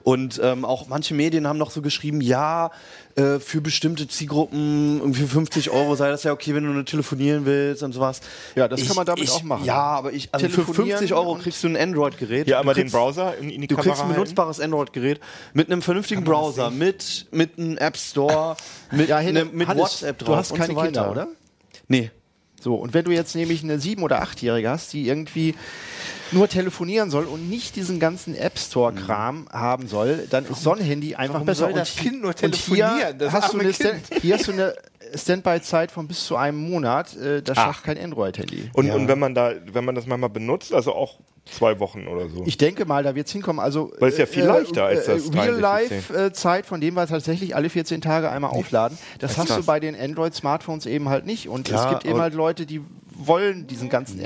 Und ähm, auch manche Medien haben noch so geschrieben, ja, äh, für bestimmte Zielgruppen, irgendwie 50 Euro sei das ja okay, wenn du nur telefonieren willst und sowas. Ja, das kann man damit auch machen. Ja, aber ich, also für Telefonieren 50 Euro und- kriegst du ein Android-Gerät. Hier Du einmal den kriegst- Browser in, in die Du Kamera. kriegst ein halten. benutzbares Android-Gerät mit einem vernünftigen Browser, mit, mit einem App *laughs* Store, mit, ja, Henne, einem, mit Hannes, WhatsApp drauf. Du hast und keine so weiter. Kinder, oder? Nee. So, und wenn du jetzt nämlich eine sieben- oder achtjährige hast, die irgendwie nur telefonieren soll und nicht diesen ganzen App Store Kram haben soll, dann ist so ein Handy einfach besser. Mhm. soll das und, Kind nur und hier telefonieren? Das hast du arme eine Stand- hier hast du eine Standby-Zeit von bis zu einem Monat. Äh, Ah. das schafft kein Android-Handy. Und, und wenn man da, wenn man das manchmal benutzt, also auch zwei Wochen oder so. Ich denke mal, da wird es hinkommen. Also, äh, Weil es ja viel leichter als das Real-Life-Zeit, von dem wir tatsächlich alle 14 Tage einmal aufladen. Das hast du bei den Android-Smartphones eben halt nicht. Und Klar, es gibt eben aber- halt Leute, die wollen diesen ganzen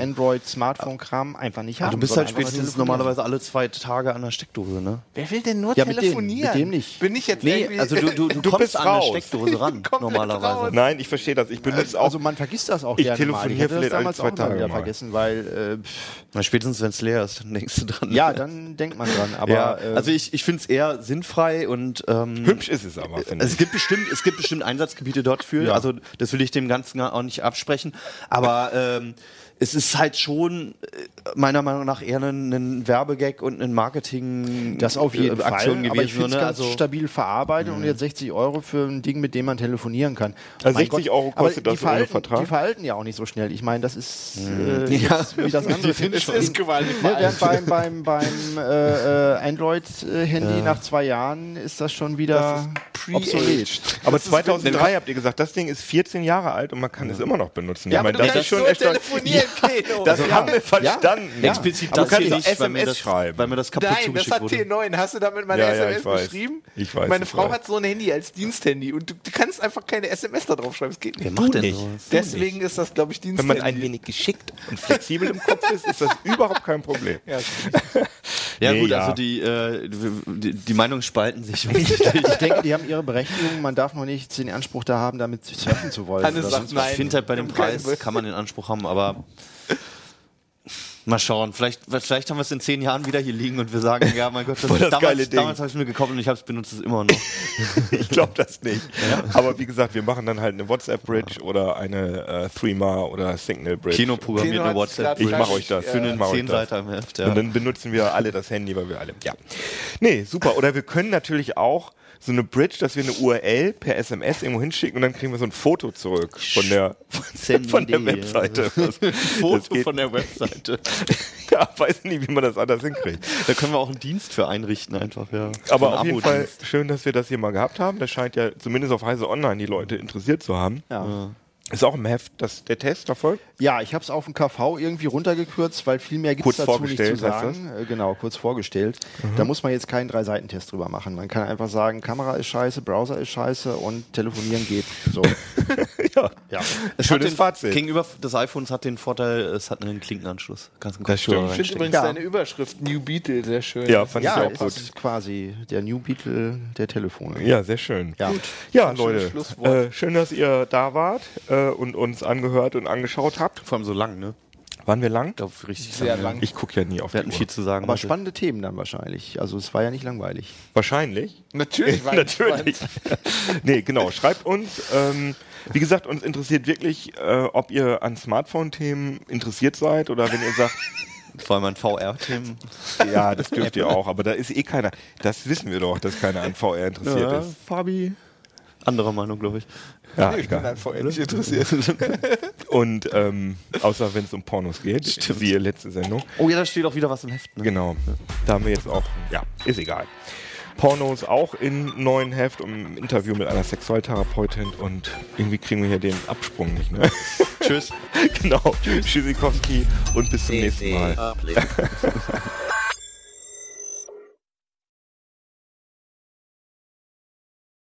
Android-Smartphone-Kram einfach nicht haben. du bist sondern halt einfach spätestens telefonieren. normalerweise alle zwei Tage an der Steckdose, ne? Wer will denn nur Ja, mit dem- telefonieren? mit dem nicht. Bin ich jetzt Nee, irgendwie- also du, *laughs* *laughs* du, du, Du kommst bist an der raus. Steckdose *laughs* ran, komplett raus. normalerweise. Nein, ich verstehe das. Ich benutze auch. Also man vergisst das auch Ich gerne mal. telefoniere Ich hätte das vielleicht alle damals zwei auch mal Tage wieder mal. vergessen, weil äh, pff, Na, spätestens, wenn es leer ist, dann denkst du dran. ne? ja, dann denkt man dran. Aber ja, äh, also ich, ich finde es eher sinnfrei und ähm, hübsch ist es aber, finde Es ich. gibt bestimmt, es gibt bestimmt Einsatzgebiete dort für. Ja. Also das will ich dem Ganzen auch nicht absprechen. Aber ähm, es ist halt schon äh, meiner Meinung nach eher ein, ein Werbegag und ein Marketing das auf jeden äh, Fall. Aktion aber gewesen. ich finde es ne? ganz also, stabil verarbeitet und jetzt 60 Euro für ein Ding, mit dem man telefonieren kann. Mhm. Also Mein 60 Euro aber kostet die das ohne verhalten, Vertrag? Mhm. Die verhalten ja auch nicht so schnell. Ich meine, das ist äh, jetzt wie *laughs* das andere. es ist gewaltig. Ne, während beim beim, beim äh, äh, Android-Handy nach zwei Jahren ist das schon wieder obsolet. Aber 2003 habt ihr gesagt, das Ding ist 14 Jahre alt und man kann es immer noch benutzen. Ja, aber du das kannst ist schon nur erstaunlich. *laughs* telefonieren, Keno. Das haben wir verstanden. Ja. Also, explizit Also, das Aber kann hier ich nicht, weil mir SMS das, schreiben? Weil mir das kaputt Nein, das zugeschickt hat wurde. T9. Hast du damit meine Ja, ja, SMS ich weiß. geschrieben? Ich weiß, Meine ich Frau weiß. hat so ein Handy als Diensthandy und du, du kannst einfach keine SMS da drauf schreiben. Es geht nicht. Wer macht denn nicht. sowas? Deswegen ist das, glaube ich, Wenn Diensthandy. man ein wenig geschickt und flexibel im Kopf ist, *laughs* ist das überhaupt kein Problem. ja, Ja Nee, gut, ja. also die, äh, die, die Meinungen spalten sich. ich Ich denke, die haben ihre Berechtigung. Man darf noch nicht den Anspruch da haben, damit surfen zu wollen. Hannes oder sagt sonst was. nein. finde halt bei dem Wir haben keine Preis Be- kann man den Anspruch haben, aber mal schauen. Vielleicht, vielleicht haben wir es in zehn Jahren wieder hier liegen und wir sagen, ja, mein Gott, das, Voll das geile damals, Ding. damals habe ich es mir gekauft und ich habe es benutzt es immer noch. Ich glaube das nicht. Aber wie gesagt, wir machen dann halt eine WhatsApp-Bridge oder eine äh, Threema oder Signal-Bridge. Kino programmiert Kino eine hat's WhatsApp. grad Ich mach euch das. Für Ich einen mach euch das. Zehnseiter im Heft. Ja. Und dann benutzen wir alle das Handy, weil wir alle. Ja. Nee, super. Oder wir können natürlich auch so eine Bridge, dass wir eine URL per SMS irgendwo hinschicken und dann kriegen wir so ein Foto zurück von der, von, Send von der Idee. *laughs* Webseite. Das, *laughs* das Foto geht, von der Webseite. ja, weiß nicht, wie man das anders hinkriegt. Da können wir auch einen Dienst für einrichten einfach, ja. So Aber ein auf jeden Fall Abo-Dienst. schön, dass wir das hier mal gehabt haben. Das scheint ja zumindest auf Heise Online die Leute interessiert zu haben. Ist auch im Heft dass der Test erfolgt. Ja, ich habe es auf dem KV irgendwie runtergekürzt, weil viel mehr gibt Kurz es dazu nicht zu vorgestellt, heißt Mhm. sagen. Äh, Genau, kurz vorgestellt. Da muss man jetzt keinen Drei-Seiten-Test drüber machen. Man kann einfach sagen, Kamera ist scheiße, Browser ist scheiße und telefonieren geht. *laughs* So. Ja. ja. Es Schönes hat den, Fazit. Gegenüber des iPhones hat den Vorteil, es hat einen Klinkenanschluss. Kannst du einen Kopfhörer ich finde reinstecken. übrigens Ja. deine Überschrift New Beetle sehr schön. Ja, fand ja, ich auch es gut. ist quasi der New Beetle der Telefone. Ja, sehr schön. Ja. Ja, Ein schönes Leute, Schlusswort. äh, schön, dass ihr da wart äh, und uns angehört und angeschaut habt. Vor allem so lang, ne? Waren wir lang? Ich glaube, richtig Sehr lang. Ich gucke ja nie auf Wir die hatten Uhr. viel zu sagen. Aber heute. spannende Themen dann wahrscheinlich. Also es war ja nicht langweilig. Wahrscheinlich. *laughs* Natürlich. war ich *laughs* Natürlich. nee, genau. Schreibt uns. Ähm, wie gesagt, uns interessiert wirklich, äh, ob ihr an Smartphone-Themen interessiert seid oder wenn ihr *laughs* sagt, Vor allem an VR-Themen. ja, das dürft ihr auch, aber da ist eh keiner. Das wissen wir doch, dass keiner an VR interessiert ist. Fabi. Anderer Meinung, glaube ich. Ja, Ich bin egal. an VR nicht interessiert. *laughs* Und ähm, außer wenn es um Pornos geht, siehe letzte Sendung. Oh ja, da steht auch wieder was im Heft. Ne? Genau. Da haben wir jetzt auch, ja, ist egal. Pornos auch in neuen Heft und im Interview mit einer Sexualtherapeutin und irgendwie kriegen wir hier den Absprung nicht, ne? *laughs* Tschüss. genau. Tschüss. Tschüssikowski und bis zum nächsten Mal. Upload.